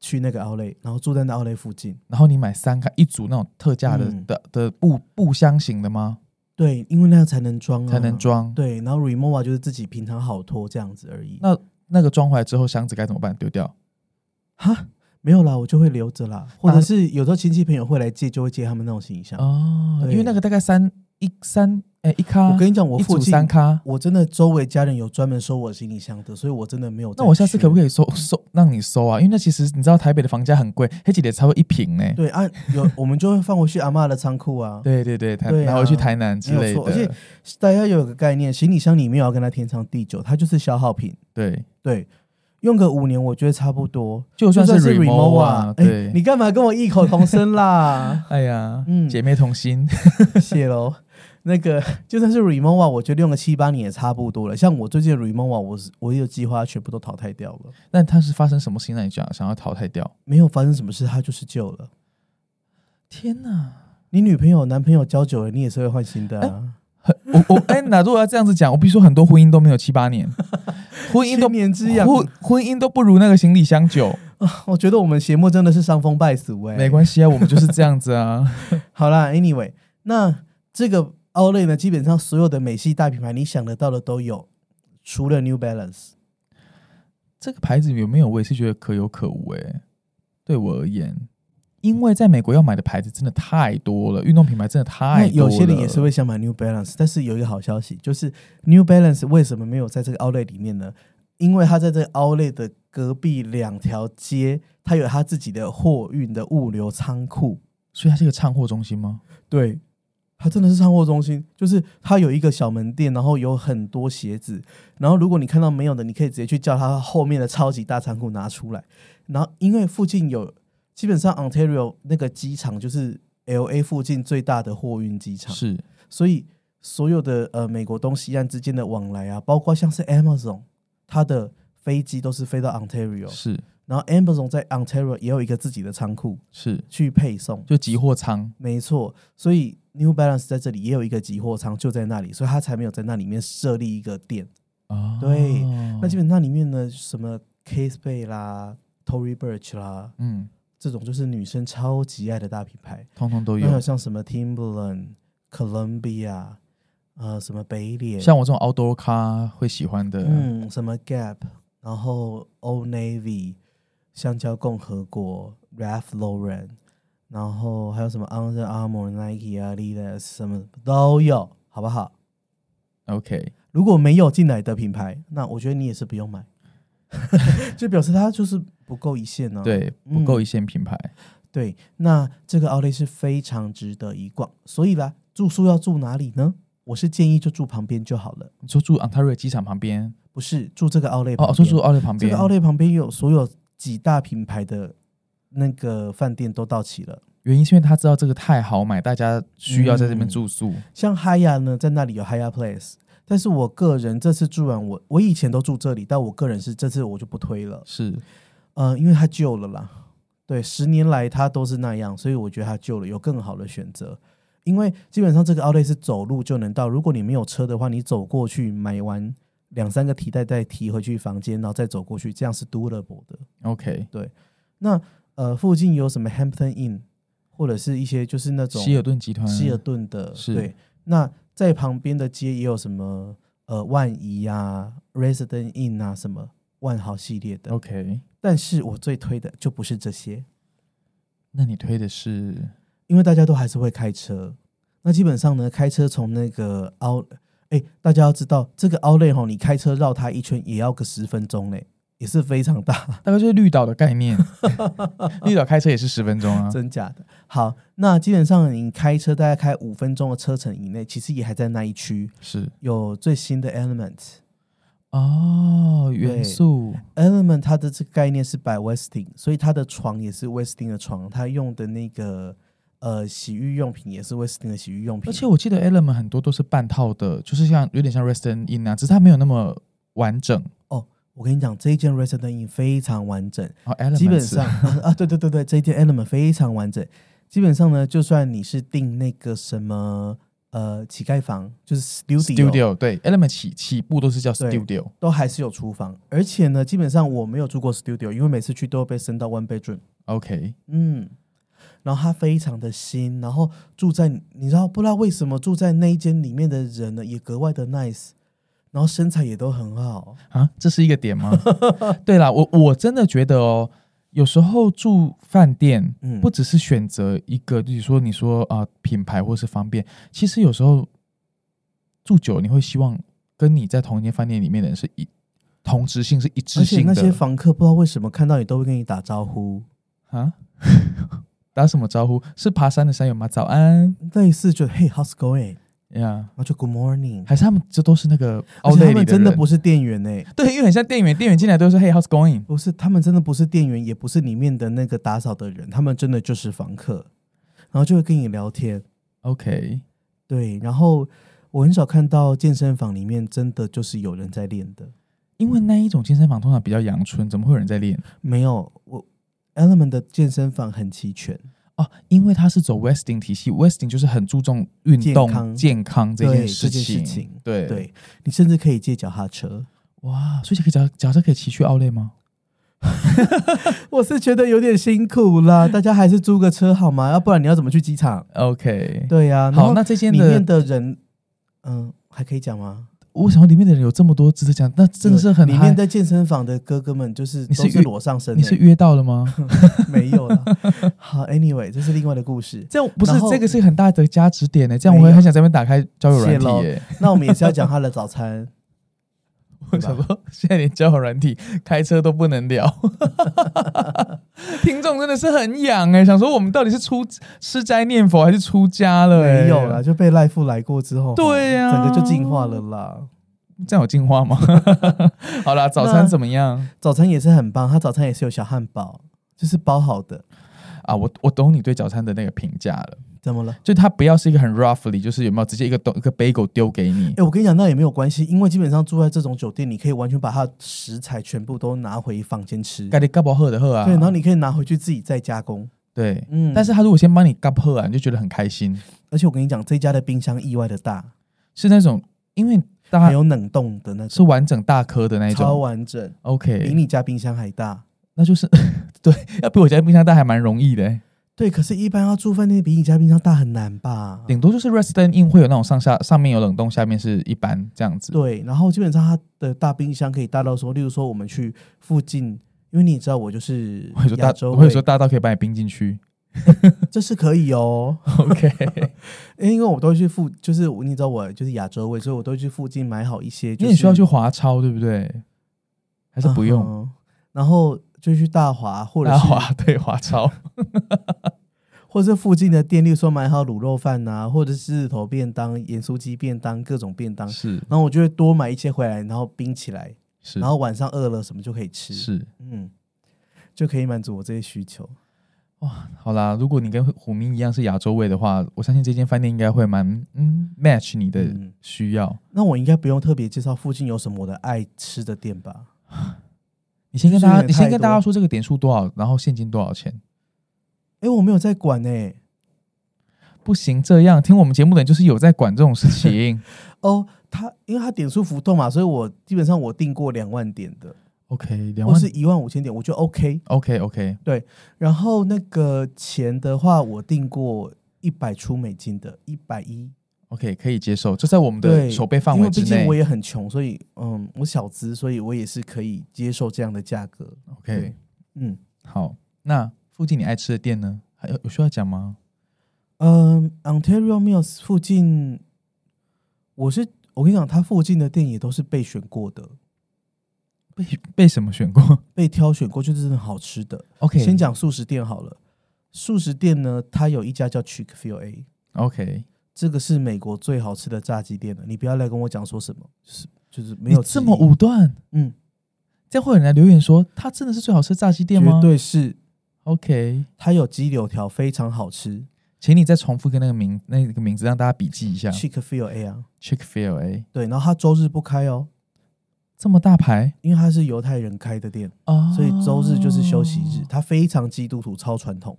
[SPEAKER 1] 去那个 outlet，然后住在那 outlet 附近。
[SPEAKER 2] 然后你买三咖一组那种特价的、
[SPEAKER 1] 嗯
[SPEAKER 2] 的的布布箱型的吗？
[SPEAKER 1] 对，因为那样才能装、啊，
[SPEAKER 2] 才能。装。
[SPEAKER 1] 对，然后 remova 就是自己平常好拖这样子而已。
[SPEAKER 2] 那那个装回来之后，箱子该怎么办？丢掉？
[SPEAKER 1] 哈，没有啦，我就会留着啦，或者是有时候亲戚朋友会来借，就会借他们那种行李箱。
[SPEAKER 2] 啊哦，
[SPEAKER 1] 对
[SPEAKER 2] 因为那个大概三一三哎、一咖，
[SPEAKER 1] 我跟你讲，我
[SPEAKER 2] 一
[SPEAKER 1] 附
[SPEAKER 2] 组
[SPEAKER 1] 近
[SPEAKER 2] 三咖。
[SPEAKER 1] 我真的周围家人有专门收我行李箱的，所以我真的没有。
[SPEAKER 2] 那我下次可不
[SPEAKER 1] 以？
[SPEAKER 2] 可以收收让你收啊？因为那其实你知道台北的房价很贵，黑几点差不多一平呢。
[SPEAKER 1] 对啊，有我们就会放回去阿嬷的仓库啊。
[SPEAKER 2] 对对对，台
[SPEAKER 1] 对啊
[SPEAKER 2] 然后去台南之
[SPEAKER 1] 没
[SPEAKER 2] 类
[SPEAKER 1] 有错，而且
[SPEAKER 2] 的，
[SPEAKER 1] 大家有个概念，行李箱里面有要跟它天长地久，它就是消耗品。
[SPEAKER 2] 对，
[SPEAKER 1] 对，用个五年我觉得差不多。
[SPEAKER 2] 就算
[SPEAKER 1] 是
[SPEAKER 2] remove 啊，
[SPEAKER 1] 啊，哎
[SPEAKER 2] 对，
[SPEAKER 1] 你干嘛跟我异口同声
[SPEAKER 2] ？
[SPEAKER 1] 啦
[SPEAKER 2] 哎呀
[SPEAKER 1] 嗯，
[SPEAKER 2] 姐妹同心，
[SPEAKER 1] 谢喽。那个就算是 remova，我觉得用个七八年也差不多了。像我最近的 remova，我是我有计划全部都淘汰掉了，
[SPEAKER 2] 那它是发生什么事情让你想想要淘汰掉？
[SPEAKER 1] 没有发生什么事，它就是旧了。
[SPEAKER 2] 天哪！
[SPEAKER 1] 你女朋友、男朋友交久了，你也是会换新的啊。
[SPEAKER 2] 我我哎，那如果要这样子讲，我必须说很多婚姻都没有七八 年，婚姻都
[SPEAKER 1] 千年之痒
[SPEAKER 2] 婚婚姻都不如那个行李箱久。
[SPEAKER 1] 我觉得我们节目真的是伤风败俗哎、
[SPEAKER 2] 没关系啊，我们就是这样子啊。
[SPEAKER 1] 好啦，Anyway，那这个 Olay 呢，基本上所有的美系大品牌你想得到的都有，除了 New Balance。
[SPEAKER 2] 这个牌子有没有，我也是觉得可有可无诶、对我而言，因为在美国要买的牌子真的太多了，运动品牌真的
[SPEAKER 1] 那
[SPEAKER 2] 太多
[SPEAKER 1] 有
[SPEAKER 2] 了。
[SPEAKER 1] 些人也是会想买 New Balance，但是有一个好消息，就是 New Balance 为什么没有在这个 Olay 里面呢？因为它在这个 Olay 的隔壁两条街，它有它自己的货运的物流仓库。
[SPEAKER 2] 所以它是一个唱货中心吗？
[SPEAKER 1] 对，它真的是上货中心，就是它有一个小门店，然后有很多鞋子，然后如果你看到没有的，你可以直接去叫它后面的超级大仓库拿出来。然后因为附近有，基本上 Ontario 那个机场就是 LA 附近最大的货运机场，
[SPEAKER 2] 是
[SPEAKER 1] 所以所有的呃美国东西岸之间的往来啊，包括像是 Amazon，它的飞机都是飞到 Ontario，
[SPEAKER 2] 是
[SPEAKER 1] 然后 Amazon 在 Ontario 也有一个自己的仓库
[SPEAKER 2] 是，
[SPEAKER 1] 去配送。
[SPEAKER 2] 就集货仓。
[SPEAKER 1] 没错，所以 New Balance 在这里也有一个集货仓，就在那里，所以它才没有在那里面设立一个店。
[SPEAKER 2] 哦
[SPEAKER 1] 对那基本上里面呢，什么 Case Bay 啦、Tory Burch 啦，
[SPEAKER 2] 嗯，
[SPEAKER 1] 这种就是女生超级爱的大品牌，
[SPEAKER 2] 通通都
[SPEAKER 1] 还有
[SPEAKER 2] 有。
[SPEAKER 1] 像什么 Timberland、Columbia，呃，什么北脸，
[SPEAKER 2] 像我这种 outdoor 咖会喜欢的，
[SPEAKER 1] 嗯，什么 Gap，然后 Old Navy、香蕉共和国、Ralph Lauren，然后还有什么 Under Armour、Nike 啊、Adidas 什么都有，好不好？
[SPEAKER 2] OK，
[SPEAKER 1] 如果没有进来的品牌，那我觉得你也是不用买， 就表示它就是不够一线呢、啊。
[SPEAKER 2] 对，不够一线品牌，
[SPEAKER 1] 对，那这个奥莱是非常值得一逛。所以啦，住宿要住哪里呢？我是建议就住旁边就好了，
[SPEAKER 2] 你说住 Ontario 机场旁边，
[SPEAKER 1] 不是住这个奥莱旁
[SPEAKER 2] 哦，
[SPEAKER 1] 边。
[SPEAKER 2] 说住 Outlet 旁
[SPEAKER 1] 这
[SPEAKER 2] 边，
[SPEAKER 1] 个奥莱旁边有所有几大品牌的那个饭店都到齐了，
[SPEAKER 2] 原因是因为他知道
[SPEAKER 1] 嗯
[SPEAKER 2] 这个太好买，大家需要在这边住宿。
[SPEAKER 1] 像 Haya 呢，在那里有 Haya Place，但是我个人这次住完我我以前都住这里，但我个人是这次我就不推了，
[SPEAKER 2] 是
[SPEAKER 1] 嗯、因为它旧了啦。对，十年来它都是那样，所以我觉得它旧了，有更好的选择。因为基本上这个 outlet 是走路就能到，如果你没有车的话，你走过去买完两三个提袋再提回去房间，然后再走过去，这样是 doable 的。
[SPEAKER 2] OK。
[SPEAKER 1] 那呃，附近有什么 Hampton Inn，或者是一些就是那种
[SPEAKER 2] 希尔顿集团，
[SPEAKER 1] 希尔顿的，
[SPEAKER 2] 是
[SPEAKER 1] 对。那在旁边的街也有什么呃万怡啊、Resident Inn 啊什么万豪系列的，
[SPEAKER 2] OK。
[SPEAKER 1] 但是我最推的就不是这些，
[SPEAKER 2] 那你推的是
[SPEAKER 1] 因为大家都还是会开车。那基本上呢，开车从那个凹，哎，大家要知道这个凹类吼，你开车绕它一圈也要个十分钟嘞，也是非常大。
[SPEAKER 2] 大概就是绿岛的 概念，绿岛开车也是十分钟啊。
[SPEAKER 1] 真假的。好，那基本上你开车大概开五分钟的车程以内，其实也还在那一区。
[SPEAKER 2] 是
[SPEAKER 1] 有最新的 Element，Element
[SPEAKER 2] 哦，元
[SPEAKER 1] 对
[SPEAKER 2] 素
[SPEAKER 1] 它的这个概念是 by Westing，所以它的床也是 Westing 的床，它用的那个呃洗浴用品也是 Westing 的洗浴用品。
[SPEAKER 2] 而且我记得 Element 很多都是半套的，就是像有点像 Western In 啊，只是它没有那么完整。
[SPEAKER 1] 我跟你讲，这一件 Resident Inn 非常完整，
[SPEAKER 2] 哦，Element
[SPEAKER 1] 基本上 啊，对对对对，这一件 Element 非常完整。基本上呢，就算你是订那个什么呃乞丐房，就是 studio，
[SPEAKER 2] Studio 对 Element 起起步都是叫
[SPEAKER 1] 对
[SPEAKER 2] Studio
[SPEAKER 1] 都还是有厨房，而且呢，基本上我没有住过 studio，因为每次去都会被升到 one bedroom。
[SPEAKER 2] OK，
[SPEAKER 1] 嗯，然后它非常的新，然后住在你知道不知道为什么住在那一间里面的人呢，也格外的 nice，然后身材也都很好。
[SPEAKER 2] 啊，这是一个点吗？ 对啦，我我真的觉得哦，有时候住饭店，
[SPEAKER 1] 嗯
[SPEAKER 2] 不只是选择一个，比如说你说啊、品牌或是方便，其实有时候住久，了，你会希望跟你在同一间饭店里面的人是一同质性是一致
[SPEAKER 1] 而且
[SPEAKER 2] 性
[SPEAKER 1] 那
[SPEAKER 2] 的。
[SPEAKER 1] 些房客不知道为什么看到你都会跟你打招呼，
[SPEAKER 2] 啊， 打什么招呼？是爬山的山友吗？早安
[SPEAKER 1] 类似就 Hey how's going，
[SPEAKER 2] 呀
[SPEAKER 1] 然后就 Good morning，
[SPEAKER 2] 还是他们这都是那个
[SPEAKER 1] 而
[SPEAKER 2] 奥
[SPEAKER 1] 且
[SPEAKER 2] 莱
[SPEAKER 1] 他
[SPEAKER 2] 里
[SPEAKER 1] 们
[SPEAKER 2] 人
[SPEAKER 1] 真的不是店员呢、
[SPEAKER 2] 对，因为很像店员，店员进来都说 Hey how's going？
[SPEAKER 1] 不是，他们真的不是店员，也不是里面的那个打扫的人，他们真的就是房客，然后就会跟你聊天。
[SPEAKER 2] OK，
[SPEAKER 1] 对，然后我很少看到健身房里面真的就是有人在练的，
[SPEAKER 2] 因为那一种健身房通常比较阳春，怎么会有人在练？
[SPEAKER 1] 没有。我 Element 的健身房很齐全，
[SPEAKER 2] 哦，因为他是走 Westing 体系，Westing 就是很注重运动、
[SPEAKER 1] 健康
[SPEAKER 2] 这
[SPEAKER 1] 对
[SPEAKER 2] 件事
[SPEAKER 1] 这件
[SPEAKER 2] 情。
[SPEAKER 1] 事情
[SPEAKER 2] 对
[SPEAKER 1] 对你甚至可以借脚踏车。
[SPEAKER 2] 哇，所以可以假假设可以骑去奥莱吗？
[SPEAKER 1] 我是觉得有点辛苦啦，大家还是租个车好吗？要不然你要怎么去机场？
[SPEAKER 2] OK，
[SPEAKER 1] 对呀、然
[SPEAKER 2] 好，
[SPEAKER 1] 后
[SPEAKER 2] 那这间
[SPEAKER 1] 里面
[SPEAKER 2] 的，
[SPEAKER 1] 的人，嗯，还可以讲吗？
[SPEAKER 2] 我想里面的人有这么多值得讲，那真的是很
[SPEAKER 1] 里
[SPEAKER 2] 嗨
[SPEAKER 1] 面在健身房的哥哥们，就是
[SPEAKER 2] 你
[SPEAKER 1] 都
[SPEAKER 2] 是
[SPEAKER 1] 是
[SPEAKER 2] 约
[SPEAKER 1] 裸上身的，
[SPEAKER 2] 你是约到了吗？
[SPEAKER 1] 没有啦。好，anyway，这是另外的故 事。
[SPEAKER 2] 这样不是
[SPEAKER 1] 然后
[SPEAKER 2] 这个是很大的价值点呢、欸这样我
[SPEAKER 1] 没
[SPEAKER 2] 会
[SPEAKER 1] 有
[SPEAKER 2] 很想在那边打开交友软
[SPEAKER 1] 谢
[SPEAKER 2] 体
[SPEAKER 1] 咯
[SPEAKER 2] 耶、
[SPEAKER 1] 那我们也是要讲他的早餐。
[SPEAKER 2] 我想说，现在连交友软体开车都不能聊， 听众真的是很痒哎、想说我们到底是出吃斋念佛还是出家了、欸？
[SPEAKER 1] 没有啦，，就被赖富来过之后，
[SPEAKER 2] 对呀
[SPEAKER 1] 整个就进化了啦。
[SPEAKER 2] 这样有进化吗？ 好啦，早餐怎么样
[SPEAKER 1] 早餐也是很棒，他早餐也是有小汉堡，就是包好的。
[SPEAKER 2] 啊？我我懂你对早餐的那个评价了，
[SPEAKER 1] 怎么了？
[SPEAKER 2] 就它不要是一个很 roughly，就是有没有直接一个东一个 bagel 丢给你
[SPEAKER 1] 哎、，我跟你讲，那也没有关系，因为基本上住在这种酒店，你可以完全把它的食材全部都拿回房间吃。
[SPEAKER 2] 咖喱嘎包喝的喝啊，
[SPEAKER 1] 对，然后你可以拿回去自己再加工。
[SPEAKER 2] 对，
[SPEAKER 1] 嗯
[SPEAKER 2] 但是他如果先帮你嘎喝啊，你就觉得很开心，
[SPEAKER 1] 而且我跟你讲，这家的冰箱意外的大，
[SPEAKER 2] 是那种因为大
[SPEAKER 1] 还有冷冻的那
[SPEAKER 2] 是
[SPEAKER 1] 种，
[SPEAKER 2] 完整大颗的啊那一
[SPEAKER 1] 超
[SPEAKER 2] 种
[SPEAKER 1] 完整，比
[SPEAKER 2] ，OK，
[SPEAKER 1] 你家冰箱还大。
[SPEAKER 2] 那就是 对，要比我家冰箱大还蛮容易的、欸，
[SPEAKER 1] 对，可是，一般要住饭店比你家冰箱大很难吧？
[SPEAKER 2] 顶多就是 resident in 会有那种上下上面有冷冻，下面是一般这样子，
[SPEAKER 1] 对，然后基本上它的大冰箱可以大到说，例如说我们去附近，因为你知道我就是
[SPEAKER 2] 或者说
[SPEAKER 1] 亚
[SPEAKER 2] 大
[SPEAKER 1] 洲
[SPEAKER 2] 或者
[SPEAKER 1] 胃，
[SPEAKER 2] 说大到可以把你冰进去
[SPEAKER 1] 这是可以哦，
[SPEAKER 2] ，OK，
[SPEAKER 1] 因为我都会去附，就是你知道我就是亚洲胃，所以我都会去附近买好一些、就是，
[SPEAKER 2] 因为你需要去华超对不对？还
[SPEAKER 1] 还
[SPEAKER 2] 是不用？
[SPEAKER 1] 嗯然后就去大华啊或者
[SPEAKER 2] 大
[SPEAKER 1] 是
[SPEAKER 2] 华对华超，
[SPEAKER 1] 或是附近的店，例如说买好卤肉饭呐、或者是日头便当、盐酥鸡便当、各种便当，
[SPEAKER 2] 是
[SPEAKER 1] 然后我就会多买一些回来，然后冰起来，
[SPEAKER 2] 是，
[SPEAKER 1] 然后晚上饿了什么就可以吃，
[SPEAKER 2] 是
[SPEAKER 1] 嗯，就可以满足我这些需求。
[SPEAKER 2] 好啦，如果你跟虎明一样是亚洲味的话，我相信这间饭店应该会蛮嗯 match 你的
[SPEAKER 1] 嗯
[SPEAKER 2] 需要。
[SPEAKER 1] 那我应该不用特别介绍附近有什么我的爱吃的店吧？
[SPEAKER 2] 你先跟大
[SPEAKER 1] 就是
[SPEAKER 2] 家，
[SPEAKER 1] 有点
[SPEAKER 2] 你先
[SPEAKER 1] 太
[SPEAKER 2] 跟大
[SPEAKER 1] 多
[SPEAKER 2] 家说这个点数多少，然后现金多少钱。
[SPEAKER 1] 哎、我没有在管哎、
[SPEAKER 2] 不行，这样听我们节目的人就是有在管这种事情。
[SPEAKER 1] 哦，他因为他点数浮动嘛，所以我基本上我订过两万点的，
[SPEAKER 2] OK，两
[SPEAKER 1] 或
[SPEAKER 2] 万
[SPEAKER 1] 是一万五千点，我觉得 OK。
[SPEAKER 2] OK OK，
[SPEAKER 1] 然后那个钱的话，我订过一百出美金的，一百一，
[SPEAKER 2] OK，可以接受，就在我们的
[SPEAKER 1] 对，
[SPEAKER 2] 手背范
[SPEAKER 1] 因
[SPEAKER 2] 围
[SPEAKER 1] 为
[SPEAKER 2] 之
[SPEAKER 1] 毕竟
[SPEAKER 2] 内
[SPEAKER 1] 我。也很穷，所以嗯，我小资，所以我也是可以接受这样的价格。
[SPEAKER 2] OK，
[SPEAKER 1] 嗯
[SPEAKER 2] 好，那附近你爱吃的店呢？还有有需要讲吗？
[SPEAKER 1] 嗯，Ontario Mills 附近，我是我跟你讲，它附近的店也都是被选过的，
[SPEAKER 2] 被被什么选过
[SPEAKER 1] 被挑选过，就是真的好吃的。
[SPEAKER 2] ？OK，
[SPEAKER 1] 先讲素食店好了，素食店呢，它有一家叫 Chick Fil A。
[SPEAKER 2] OK，
[SPEAKER 1] 这个是美国最好吃的炸鸡店了，你不要来跟我讲说什么，就是就是没
[SPEAKER 2] 你
[SPEAKER 1] 有质
[SPEAKER 2] 这
[SPEAKER 1] 疑
[SPEAKER 2] 么武断，
[SPEAKER 1] 嗯，
[SPEAKER 2] 这样会有人来留言说它真的是最好吃的炸鸡店
[SPEAKER 1] 绝
[SPEAKER 2] 吗？
[SPEAKER 1] 对是
[SPEAKER 2] OK，
[SPEAKER 1] 它有鸡柳条非常好吃
[SPEAKER 2] 请你再重复跟那个名那个名字让大家笔记一下
[SPEAKER 1] ，Chick Fil A 啊，
[SPEAKER 2] ，Chick Fil A
[SPEAKER 1] 对，然后它周日不开哦，
[SPEAKER 2] 这么大牌
[SPEAKER 1] 因为它是犹太人开的店，
[SPEAKER 2] 啊
[SPEAKER 1] 哦所以周日就是休息
[SPEAKER 2] 哦
[SPEAKER 1] 日，。它非常基督徒，超传统，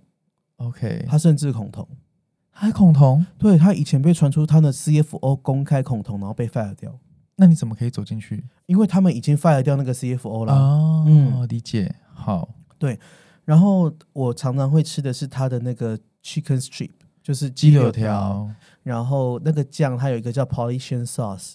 [SPEAKER 2] OK，
[SPEAKER 1] 它甚至恐同，
[SPEAKER 2] 还恐同，
[SPEAKER 1] 对，它以前被传出它的 CFO 公开恐同，然后被 fire 掉，
[SPEAKER 2] 那你怎么可以走进去？
[SPEAKER 1] 因为他们已经 fire 掉那个 CFO 了，
[SPEAKER 2] 哦，
[SPEAKER 1] 嗯
[SPEAKER 2] 理解，好
[SPEAKER 1] 然后我常常会吃的是它的那个 chicken strip，就是
[SPEAKER 2] 鸡
[SPEAKER 1] 鸡
[SPEAKER 2] 柳
[SPEAKER 1] 柳条。
[SPEAKER 2] 条，
[SPEAKER 1] 然后那个酱它有一个叫 Polynesian sauce，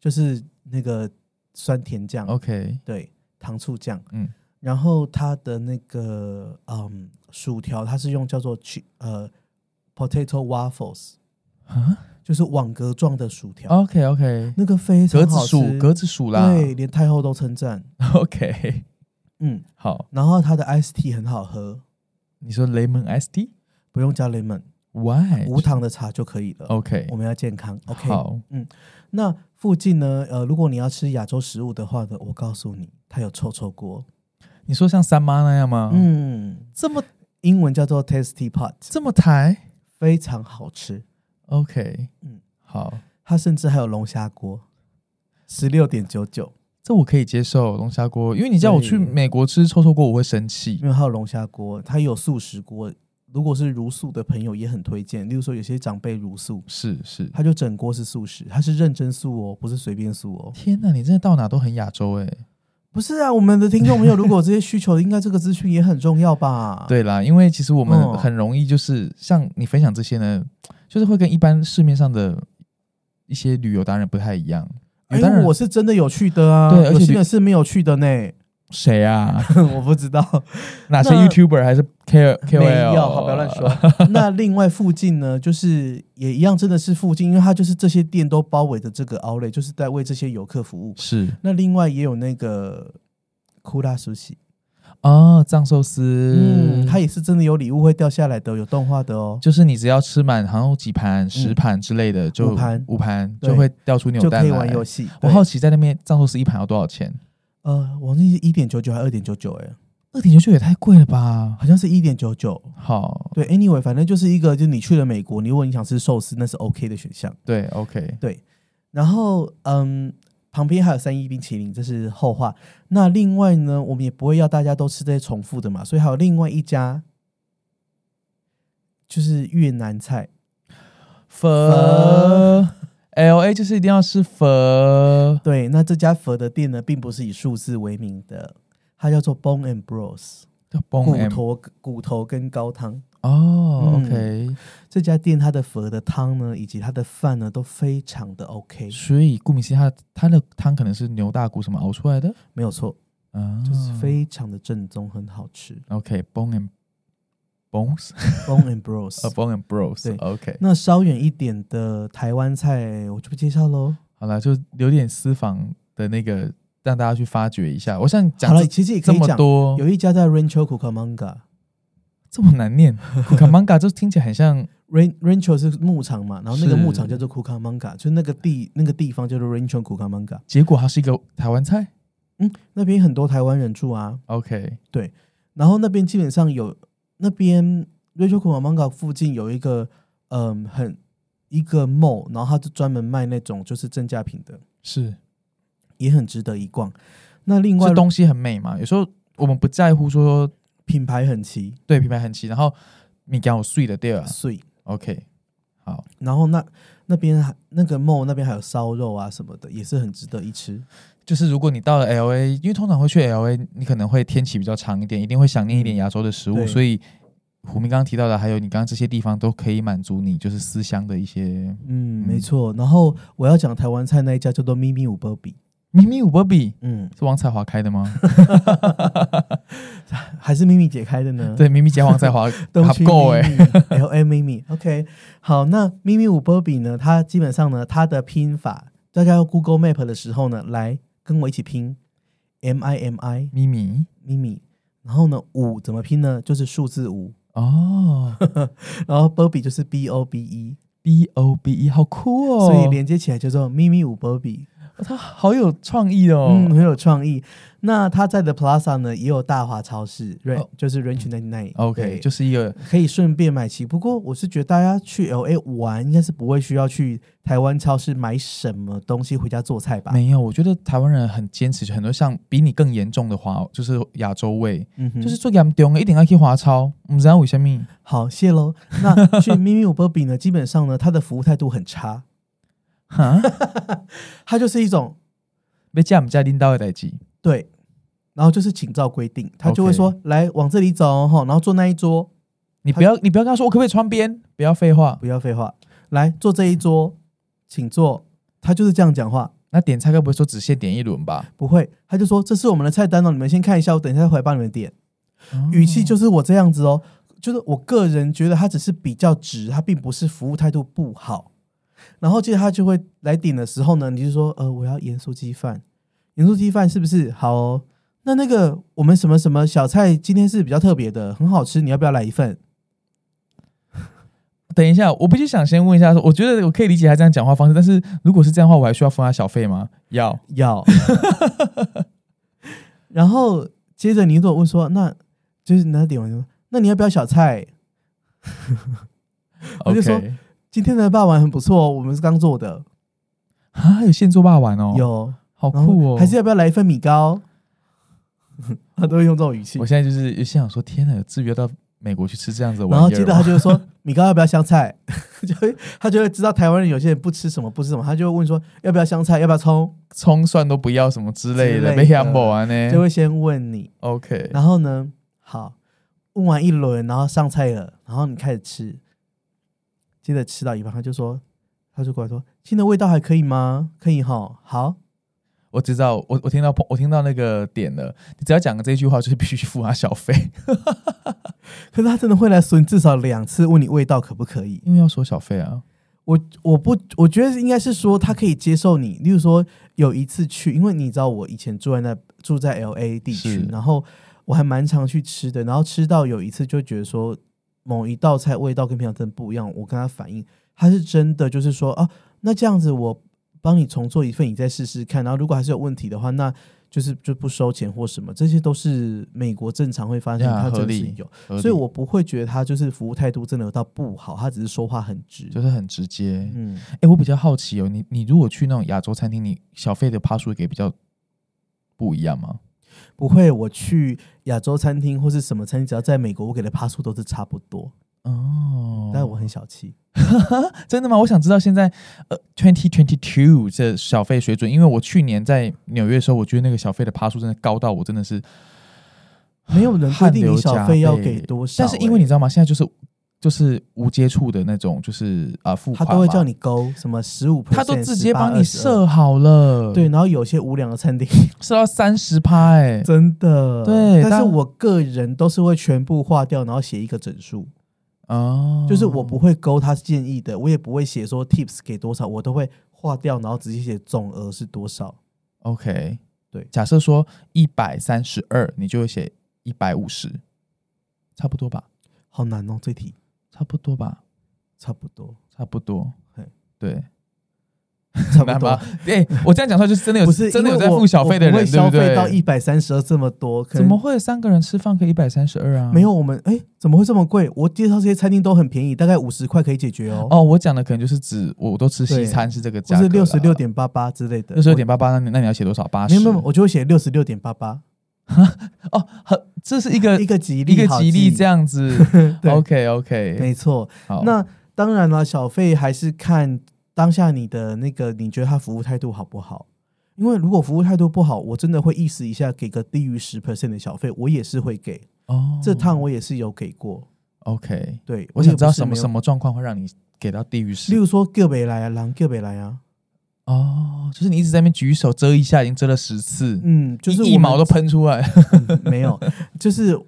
[SPEAKER 1] 就是那个酸甜酱，
[SPEAKER 2] 哦 OK，
[SPEAKER 1] 对，糖醋酱，
[SPEAKER 2] 嗯
[SPEAKER 1] 嗯。然后它的那个嗯薯条，它是用叫做 chi- 呃 potato waffles，
[SPEAKER 2] 啊
[SPEAKER 1] 就是网格状的薯条，
[SPEAKER 2] ，OK OK，
[SPEAKER 1] 那个非
[SPEAKER 2] 格
[SPEAKER 1] 常
[SPEAKER 2] 子
[SPEAKER 1] 好吃，
[SPEAKER 2] 薯，格子薯啦
[SPEAKER 1] 对，连太后都称赞，
[SPEAKER 2] ，OK，
[SPEAKER 1] 嗯。
[SPEAKER 2] 好，
[SPEAKER 1] 然后它的 ice tea 很好喝，
[SPEAKER 2] 你说雷蒙 SD
[SPEAKER 1] 不用加 lemon，
[SPEAKER 2] Why
[SPEAKER 1] 无糖的茶就可以了。
[SPEAKER 2] 哎 OK
[SPEAKER 1] 我们要健康，OK。
[SPEAKER 2] 好，
[SPEAKER 1] 那附近呢？呃，如果你要吃亚洲食物的话呢，我告诉你，它有臭臭锅，
[SPEAKER 2] 你说像三妈那样吗？，
[SPEAKER 1] 嗯，
[SPEAKER 2] 这么
[SPEAKER 1] 英文叫做 Tasty Pot，
[SPEAKER 2] 这么台
[SPEAKER 1] 非常好吃。
[SPEAKER 2] ，OK，嗯
[SPEAKER 1] 嗯，
[SPEAKER 2] 好。
[SPEAKER 1] 它甚至还有龙虾锅，十六点九九，
[SPEAKER 2] 这我可以接受龙虾锅，因为你叫我去
[SPEAKER 1] 对嗯
[SPEAKER 2] 美国吃臭臭锅，我会生气。
[SPEAKER 1] 因为它有龙虾锅，它有素食锅。如果是茹素的朋友也很推荐，例如说有些长辈茹素，
[SPEAKER 2] 是是，
[SPEAKER 1] 他就整锅是素食，他是认真素哦，不是随便素哦。
[SPEAKER 2] 天哪，你真的到哪都很亚洲哎、
[SPEAKER 1] 不是啊，我们的听众朋友如果有这些需求，应该这个资讯也很重要吧？，
[SPEAKER 2] 对啦，因为其实我们
[SPEAKER 1] 嗯
[SPEAKER 2] 很容易就是像你分享这些呢，就是会跟一般市面上的一些旅游达人不太一样。
[SPEAKER 1] 因
[SPEAKER 2] 有达
[SPEAKER 1] 为
[SPEAKER 2] 人
[SPEAKER 1] 哎我是真的有去的啊，
[SPEAKER 2] 对而
[SPEAKER 1] 有
[SPEAKER 2] 且
[SPEAKER 1] 些
[SPEAKER 2] 你
[SPEAKER 1] 人是没有去的呢。
[SPEAKER 2] 谁啊？
[SPEAKER 1] 我不知道，
[SPEAKER 2] 哪些
[SPEAKER 1] 那
[SPEAKER 2] YouTuber 还是 K K O
[SPEAKER 1] 没有，好，不要乱。 说。那另外附近呢，就是也一样，真的是附近，因为它就是这些店都包围着这个 outlet，就是在为这些游客服务。
[SPEAKER 2] 是
[SPEAKER 1] 那另外也有那个库拉苏西，
[SPEAKER 2] 哦，藏寿司，
[SPEAKER 1] 嗯，它也是真的有礼物会掉下来的，有动画的哦，
[SPEAKER 2] 就是你只要吃满好像有几盘、十盘之类的，就
[SPEAKER 1] 嗯五盘
[SPEAKER 2] 五盘
[SPEAKER 1] 对
[SPEAKER 2] 就会掉出
[SPEAKER 1] 就
[SPEAKER 2] 扭蛋
[SPEAKER 1] 可
[SPEAKER 2] 来。
[SPEAKER 1] 以玩游戏。
[SPEAKER 2] 我
[SPEAKER 1] 对
[SPEAKER 2] 好奇在那边藏寿司一盘要多少钱？
[SPEAKER 1] 呃，我忘记是一点九九还是二点九九，哎，
[SPEAKER 2] 二点九九也太贵了吧？
[SPEAKER 1] 好像是一点九九。
[SPEAKER 2] 好，
[SPEAKER 1] 对，anyway，反正就是一个，就是你去了美国，你如果你想吃寿司，那是 OK 的选项。
[SPEAKER 2] 对，OK，
[SPEAKER 1] 然后嗯，旁边还有三一冰淇淋，这是后话。那另外呢，我们也不会要大家都吃这些重复的嘛，所以还有另外一家就是越南菜，
[SPEAKER 2] 佛 L A 就是一定要是佛。
[SPEAKER 1] 对，那这家佛的店呢，并不是以数字为名的，它叫做 Bone and Bros，
[SPEAKER 2] 叫崩
[SPEAKER 1] 骨
[SPEAKER 2] M
[SPEAKER 1] 头骨头跟高汤。
[SPEAKER 2] 哦
[SPEAKER 1] 嗯
[SPEAKER 2] ，OK，
[SPEAKER 1] 这家店它的佛的汤呢，以及它的饭呢，都非常的 OK，
[SPEAKER 2] 所以顾名思义，它它的汤可能是牛大骨什么熬出来的，
[SPEAKER 1] 没有错，
[SPEAKER 2] 啊，
[SPEAKER 1] 嗯就是非常的正宗，很好吃。
[SPEAKER 2] OK bone and bones，
[SPEAKER 1] Bone and Bros，
[SPEAKER 2] 呃 bone and bros，
[SPEAKER 1] 对
[SPEAKER 2] o k
[SPEAKER 1] 那稍远一点的台湾菜，我就不介绍喽。
[SPEAKER 2] 好了，就留点私房的那个，让大家去发掘一下。我想
[SPEAKER 1] 好
[SPEAKER 2] 讲
[SPEAKER 1] 了，
[SPEAKER 2] 这
[SPEAKER 1] 其实也
[SPEAKER 2] 这
[SPEAKER 1] 可以
[SPEAKER 2] 么
[SPEAKER 1] 讲，
[SPEAKER 2] 多，
[SPEAKER 1] 有一家叫 Rancho Cucamonga，Ran
[SPEAKER 2] 这么难念 c u c a m a n g a 就听起来很像
[SPEAKER 1] Rancho 是牧场嘛，然后那个
[SPEAKER 2] 是
[SPEAKER 1] 牧场叫做 Cucamonga，就是那个地那个地方叫做 Rancho Cucamonga。
[SPEAKER 2] 结果它是一个台湾菜。
[SPEAKER 1] 嗯，那边很多台湾人住啊，
[SPEAKER 2] OK，
[SPEAKER 1] 然后那边基本上有那边 Rachel Kumamanga 附近有一个嗯很一个 mall，然后它就专门卖那种就是正价品的，
[SPEAKER 2] 是
[SPEAKER 1] 也很值得一逛。那另外
[SPEAKER 2] 是东西很美嘛？有时候我们不在乎说
[SPEAKER 1] 品牌很齐，
[SPEAKER 2] 对品牌很齐，然后你讲我碎的对吧啊
[SPEAKER 1] 所以
[SPEAKER 2] ？OK，好，
[SPEAKER 1] 然后那那边还那个 mall 那边还有烧肉啊什么的，也是很值得一吃。
[SPEAKER 2] 就是如果你到了 L A，因为通常会去 L A，你可能会天气比较长一点，一定会想念一点亚洲的食
[SPEAKER 1] 嗯对
[SPEAKER 2] 物，所以虎明刚刚提到的，还有你刚刚这些地方都可以满足你就是思乡的一些
[SPEAKER 1] 嗯，
[SPEAKER 2] 嗯
[SPEAKER 1] 没错。然后我要讲台湾菜那一家叫做 咪咪五波比，
[SPEAKER 2] 咪咪五波比
[SPEAKER 1] 嗯，
[SPEAKER 2] 是王彩华开的吗？
[SPEAKER 1] 还是咪咪姐开的呢？
[SPEAKER 2] 对，咪咪加王彩华
[SPEAKER 1] 东
[SPEAKER 2] 还
[SPEAKER 1] 区
[SPEAKER 2] 不够哎、
[SPEAKER 1] ，L M 咪咪，OK，好，那咪咪五波比呢？它基本上呢，它的拼法，大家用 Google Map 的时候呢，来跟我一起拼 M I M I
[SPEAKER 2] 咪咪
[SPEAKER 1] 咪咪，然后呢，五怎么拼呢？就是数字五，
[SPEAKER 2] 哦
[SPEAKER 1] 然后波比就是 B O B E，、
[SPEAKER 2] ，B O B E 好酷哦，
[SPEAKER 1] 所以连接起来叫做咪咪五波比，
[SPEAKER 2] 他好有创意哦，
[SPEAKER 1] 嗯，很有创意。那它在的 Plaza 呢，也有大华超市，对、
[SPEAKER 2] 哦嗯
[SPEAKER 1] 就是 Range Ninety Nine。
[SPEAKER 2] OK，就是一个
[SPEAKER 1] 可以顺便买齐。不过我是觉得大家去 L A 玩，应该是不会需要去台湾超市买什么东西回家做菜吧？
[SPEAKER 2] 没有，我觉得台湾人很坚持，很多像比你更严重的华，就是亚洲味，
[SPEAKER 1] 嗯哼，
[SPEAKER 2] 就是做严重的一定要去华超，唔知道为什么
[SPEAKER 1] 好，谢 喽。那去咪咪五波比呢，基本上呢，它的服务态度很差，
[SPEAKER 2] 哈，
[SPEAKER 1] 它就是一种
[SPEAKER 2] 要加唔加领导的代志，
[SPEAKER 1] 对，然后就是请照规定，他就会
[SPEAKER 2] OK
[SPEAKER 1] 说来往这里走哈，然后坐那一桌，
[SPEAKER 2] 你不要你不要跟他说我可不可以穿边，不要废话，
[SPEAKER 1] 不要废话，来坐这一桌，请坐，他就是这样讲话。
[SPEAKER 2] 那点菜该不会说只限点一轮吧？
[SPEAKER 1] 不会，他就说这是我们的菜单哦，你们先看一下，我等一下回来帮你们点。语气就是我这样子哦，就是我个人觉得他只是比较直，他并不是服务态度不好。然后接着他就会来点的时候呢，你就说呃我要盐酥鸡饭，盐酥鸡饭是不是好、哦？那那个我们什么什么小菜今天是比较特别的，很好吃，你要不要来一份？
[SPEAKER 2] 等一下，我必须想先问一下，说我觉得我可以理解他这样讲话方式，但是如果是这样的话，我还需要付他小费吗？要，
[SPEAKER 1] 要。 然后接着你如果问说那就是那点完就说那你要不要小菜？我就说
[SPEAKER 2] OK
[SPEAKER 1] 今天的霸王很不错哦，我们是刚做的，
[SPEAKER 2] 啊，有现做霸王哦，，
[SPEAKER 1] 有
[SPEAKER 2] 好
[SPEAKER 1] 然后
[SPEAKER 2] 酷哦，
[SPEAKER 1] 还是要不要来一份米糕？ 他都会用这种语气
[SPEAKER 2] 我，现在就是有心想说，天哪，有自约到美国去吃这样子的
[SPEAKER 1] 然
[SPEAKER 2] 玩意儿哦
[SPEAKER 1] 后
[SPEAKER 2] 吗，
[SPEAKER 1] 接着他就会说 米糕要不要香菜， 就会他就会知道台湾人有些人不吃什么不吃什么，他就会问说要不要香菜，要不要葱，
[SPEAKER 2] 葱蒜都不要什么之类
[SPEAKER 1] 之
[SPEAKER 2] 的，
[SPEAKER 1] 类的
[SPEAKER 2] 被 humble 啊
[SPEAKER 1] 就
[SPEAKER 2] 呢。
[SPEAKER 1] 会先问你，
[SPEAKER 2] OK，
[SPEAKER 1] 然后呢，好，问完一轮，然后上菜了，然后你开始吃，接着吃到一半，他就说，他就过来说，今天的味道还可以吗？可以哈，好，
[SPEAKER 2] 我知道，我我听到我听到那个点了。你只要讲这句话，就是必须付他小费，
[SPEAKER 1] 可是他真的会来损至少两次，问你味道可不可以。
[SPEAKER 2] 因为要收小费啊。
[SPEAKER 1] 我我不我觉得应该是说他可以接受你，例如说有一次去，因为你知道我以前住在那住在 L A 地
[SPEAKER 2] 是
[SPEAKER 1] 区，然后我还蛮常去吃的，然后吃到有一次就觉得说某一道菜味道跟平常真的不一样，我跟他反映，他是真的就是说啊，那这样子我帮你重做一份，你再试试看，然后如果还是有问题的话，那就是就不收钱或什么，这些都是美国正常会发生，
[SPEAKER 2] 呀
[SPEAKER 1] 他真
[SPEAKER 2] 合
[SPEAKER 1] 的是
[SPEAKER 2] 理
[SPEAKER 1] 有，
[SPEAKER 2] 合理
[SPEAKER 1] 所以我不会觉得他就是服务态度真的有到不好，他只是说话很直，
[SPEAKER 2] 就是很直接。
[SPEAKER 1] 嗯。
[SPEAKER 2] 哎、我比较好奇哦，你你如果去那种亚洲餐厅，你小费的趴数给比较不一样吗？
[SPEAKER 1] 不会，我去亚洲餐厅或是什么餐厅，只要在美国，我给的趴数都是差不多。
[SPEAKER 2] 哦，
[SPEAKER 1] 但我很小气，
[SPEAKER 2] 真的吗？我想知道现在呃，twenty twenty two 这小费水准，因为我去年在纽约的时候，我觉得那个小费的趴数真的高到我真的是
[SPEAKER 1] 没有人规
[SPEAKER 2] 汗
[SPEAKER 1] 定
[SPEAKER 2] 流
[SPEAKER 1] 你小
[SPEAKER 2] 浃
[SPEAKER 1] 费要
[SPEAKER 2] 背
[SPEAKER 1] 给多少、欸
[SPEAKER 2] 但是因为你知道吗？现在就是就是无接触的那种，就是啊、呃付
[SPEAKER 1] 欸
[SPEAKER 2] 款
[SPEAKER 1] 他
[SPEAKER 2] 嘛
[SPEAKER 1] 都会叫，你勾什么十五，
[SPEAKER 2] 他都直接帮你设好了，
[SPEAKER 1] 18。对，然后有些无良的餐 厅
[SPEAKER 2] 设到三十趴，哎、
[SPEAKER 1] 真的
[SPEAKER 2] 对
[SPEAKER 1] 但是
[SPEAKER 2] 当
[SPEAKER 1] 我个人都是会全部划掉，然后写一个整数，
[SPEAKER 2] 哦，
[SPEAKER 1] 就是我不会勾他建议的，我也不会写说 tips 给多少，我都会划掉，然后直接写总额是多少。
[SPEAKER 2] OK，
[SPEAKER 1] 对
[SPEAKER 2] 假设说一百三十二，你就会写一百五十，差不多吧，
[SPEAKER 1] 好难哦，这题
[SPEAKER 2] 差不多吧，
[SPEAKER 1] 差不多。
[SPEAKER 2] 差不多
[SPEAKER 1] 嘿，
[SPEAKER 2] 对，
[SPEAKER 1] 差不
[SPEAKER 2] 难吧
[SPEAKER 1] 多。？
[SPEAKER 2] 哎、我这样讲出来就是真的有，
[SPEAKER 1] 不是
[SPEAKER 2] 真的
[SPEAKER 1] 因
[SPEAKER 2] 有
[SPEAKER 1] 为
[SPEAKER 2] 在
[SPEAKER 1] 我
[SPEAKER 2] 付小费的
[SPEAKER 1] 我不
[SPEAKER 2] 人，
[SPEAKER 1] 会
[SPEAKER 2] 对
[SPEAKER 1] 消
[SPEAKER 2] 不
[SPEAKER 1] 费到一
[SPEAKER 2] 对？
[SPEAKER 1] 百三十二这么多，可
[SPEAKER 2] 怎
[SPEAKER 1] 能
[SPEAKER 2] 么会三个人吃饭可以一百三十二啊？
[SPEAKER 1] 没有我们哎、怎么会这么贵？我介绍这些餐厅都很便宜，大概五十块可以解决哦，
[SPEAKER 2] 哦，我讲的可能就是指我都吃西
[SPEAKER 1] 对
[SPEAKER 2] 餐是这个价
[SPEAKER 1] 或
[SPEAKER 2] 格
[SPEAKER 1] 是
[SPEAKER 2] 啦，
[SPEAKER 1] 六十六点八八之类的。
[SPEAKER 2] 六十六点八八，那你那你要写多少？八
[SPEAKER 1] 我
[SPEAKER 2] 十？
[SPEAKER 1] 没有没有，我就会写六十六点八八，
[SPEAKER 2] 哦，很这是一个
[SPEAKER 1] 一个吉利，
[SPEAKER 2] 呃一个吉利这
[SPEAKER 1] 样。
[SPEAKER 2] 样哦子。
[SPEAKER 1] 对
[SPEAKER 2] OK OK，
[SPEAKER 1] 没错，
[SPEAKER 2] 好，
[SPEAKER 1] 那当然了，小费还是看当下你的那个，你觉得他服务态度好不好？因为如果服务态度不好，我真的会意识一下，给个低于十 percent 的小费，我也是会给。
[SPEAKER 2] 哦，
[SPEAKER 1] 这趟我也是有给过，
[SPEAKER 2] OK，
[SPEAKER 1] 对
[SPEAKER 2] 我想知道什么什
[SPEAKER 1] 么，
[SPEAKER 2] 么状况会让你给到地狱十
[SPEAKER 1] 例如说个别来啊，狼个别来啊，
[SPEAKER 2] 哦，就是你一直在那边举手遮一下，已经遮了十次，
[SPEAKER 1] 嗯，就是
[SPEAKER 2] 一
[SPEAKER 1] 我们
[SPEAKER 2] 毛都喷出来。
[SPEAKER 1] 没有，就是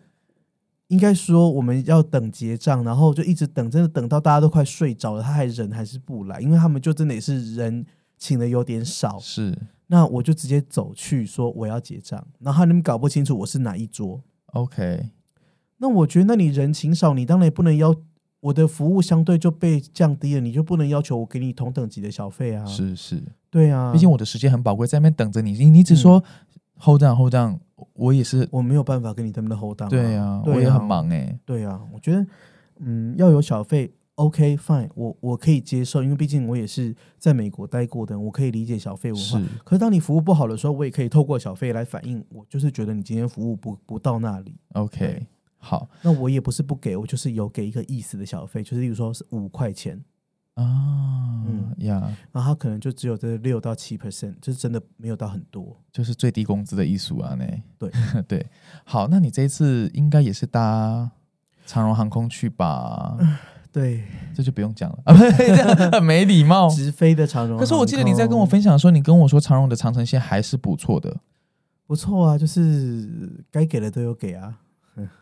[SPEAKER 1] 应该说我们要等结账，然后就一直等，真的等到大家都快睡着了，他还人还是不来，因为他们就真的也是人请的有点少，
[SPEAKER 2] 是
[SPEAKER 1] 那我就直接走去说我要结账，然后他们搞不清楚我是哪一桌，
[SPEAKER 2] OK，
[SPEAKER 1] 那我觉得那你人请少，你当然也不能要。我的服务相对就被降低了，你就不能要求我给你同等级的小费啊？，
[SPEAKER 2] 是是，
[SPEAKER 1] 对啊，
[SPEAKER 2] 毕竟我的时间很宝贵，在那边等着你，你你只说 hold on hold on，我也是，
[SPEAKER 1] 嗯我没有办法跟你他们的 hold down 啊。
[SPEAKER 2] 对啊，
[SPEAKER 1] 对
[SPEAKER 2] 我也很忙哎、
[SPEAKER 1] 对啊，我觉得嗯要有小费，OK fine，我我可以接受，因为毕竟我也是在美国待过的人，我可以理解小费文化
[SPEAKER 2] 是。
[SPEAKER 1] 可是当你服务不好的时候，我也可以透过小费来反映，我就是觉得你今天服务不不到那里。
[SPEAKER 2] OK，好
[SPEAKER 1] 那我也不是不给，我就是有给一个意思的小费，就是例如说是五块钱，
[SPEAKER 2] 啊，
[SPEAKER 1] 嗯
[SPEAKER 2] 呀，
[SPEAKER 1] 然后他可能就只有这六到七 percent，就是真的没有到很多。
[SPEAKER 2] 就是最低工资的艺术啊，那
[SPEAKER 1] 对
[SPEAKER 2] 对，好，那你这一次应该也是搭长荣航空去吧？
[SPEAKER 1] 嗯对，
[SPEAKER 2] 这就不用讲了 啊，不是这样很没礼貌。
[SPEAKER 1] 直飞的 长荣。
[SPEAKER 2] 可是我记得你在跟我分享的时候，你跟我说长荣的长城线还是不错的。
[SPEAKER 1] 不错啊，就是该给的都有给啊。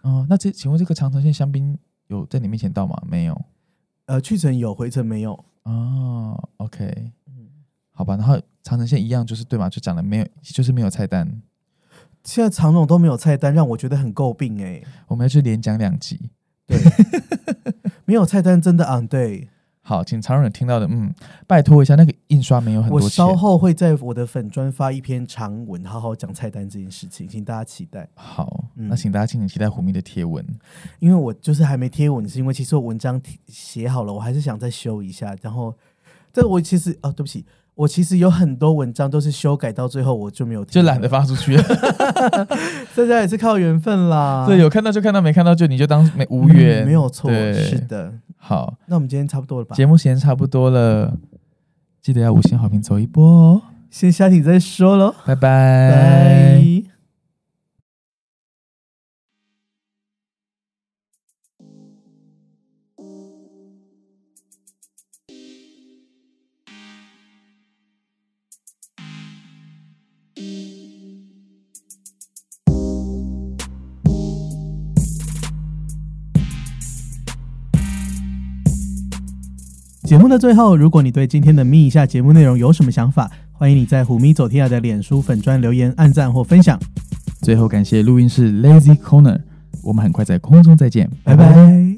[SPEAKER 2] 嗯，那这请问这个长城线香槟有在你面前到吗？没有
[SPEAKER 1] 呃，去程有，回程没有。
[SPEAKER 2] 哦 OK，好
[SPEAKER 1] 嗯
[SPEAKER 2] 吧，然后长城线一样就是对嘛，就讲了没有，就是没有菜单，
[SPEAKER 1] 现在长总都没有菜单，让我觉得很诟病哎、
[SPEAKER 2] 我们要去连讲两集。
[SPEAKER 1] 没有菜单真的昂对。
[SPEAKER 2] 好，请常人听到的，嗯，拜托一下，那个印刷没有很
[SPEAKER 1] 我
[SPEAKER 2] 多钱
[SPEAKER 1] 稍。后会在我的粉砖发一篇长文，好好讲菜单这件事情，请大家期待。
[SPEAKER 2] 好，
[SPEAKER 1] 嗯
[SPEAKER 2] 那请大家敬请期待虎迷的贴文。
[SPEAKER 1] 因为我就是还没贴文，是因为其实我文章贴写好了，我还是想再修一下。然后，这我其实哦，对不起，我其实有很多文章都是修改到最后我就没有贴
[SPEAKER 2] 就
[SPEAKER 1] 了，
[SPEAKER 2] 懒得发 出去
[SPEAKER 1] 啊
[SPEAKER 2] 了，
[SPEAKER 1] 大家也是靠缘分啦。
[SPEAKER 2] 对，有看到就看到，没看到就你就当没
[SPEAKER 1] 嗯
[SPEAKER 2] 无缘，
[SPEAKER 1] 没有错，
[SPEAKER 2] 对
[SPEAKER 1] 是。的。
[SPEAKER 2] 好，
[SPEAKER 1] 那我们今天差不多了吧？
[SPEAKER 2] 节目时间差不多了，记得要五星好评走一波哦，
[SPEAKER 1] 先下停再说喽，
[SPEAKER 2] 拜
[SPEAKER 1] 拜
[SPEAKER 2] 拜。。
[SPEAKER 1] 节目的最后，如果你对今天的咪一下节目内容有什么想法，欢迎你在虎咪走天涯的脸书粉砖留言、按赞或分享。
[SPEAKER 2] 最后感谢录音室 Lazy Corner，我们很快在空中再见，
[SPEAKER 1] 拜拜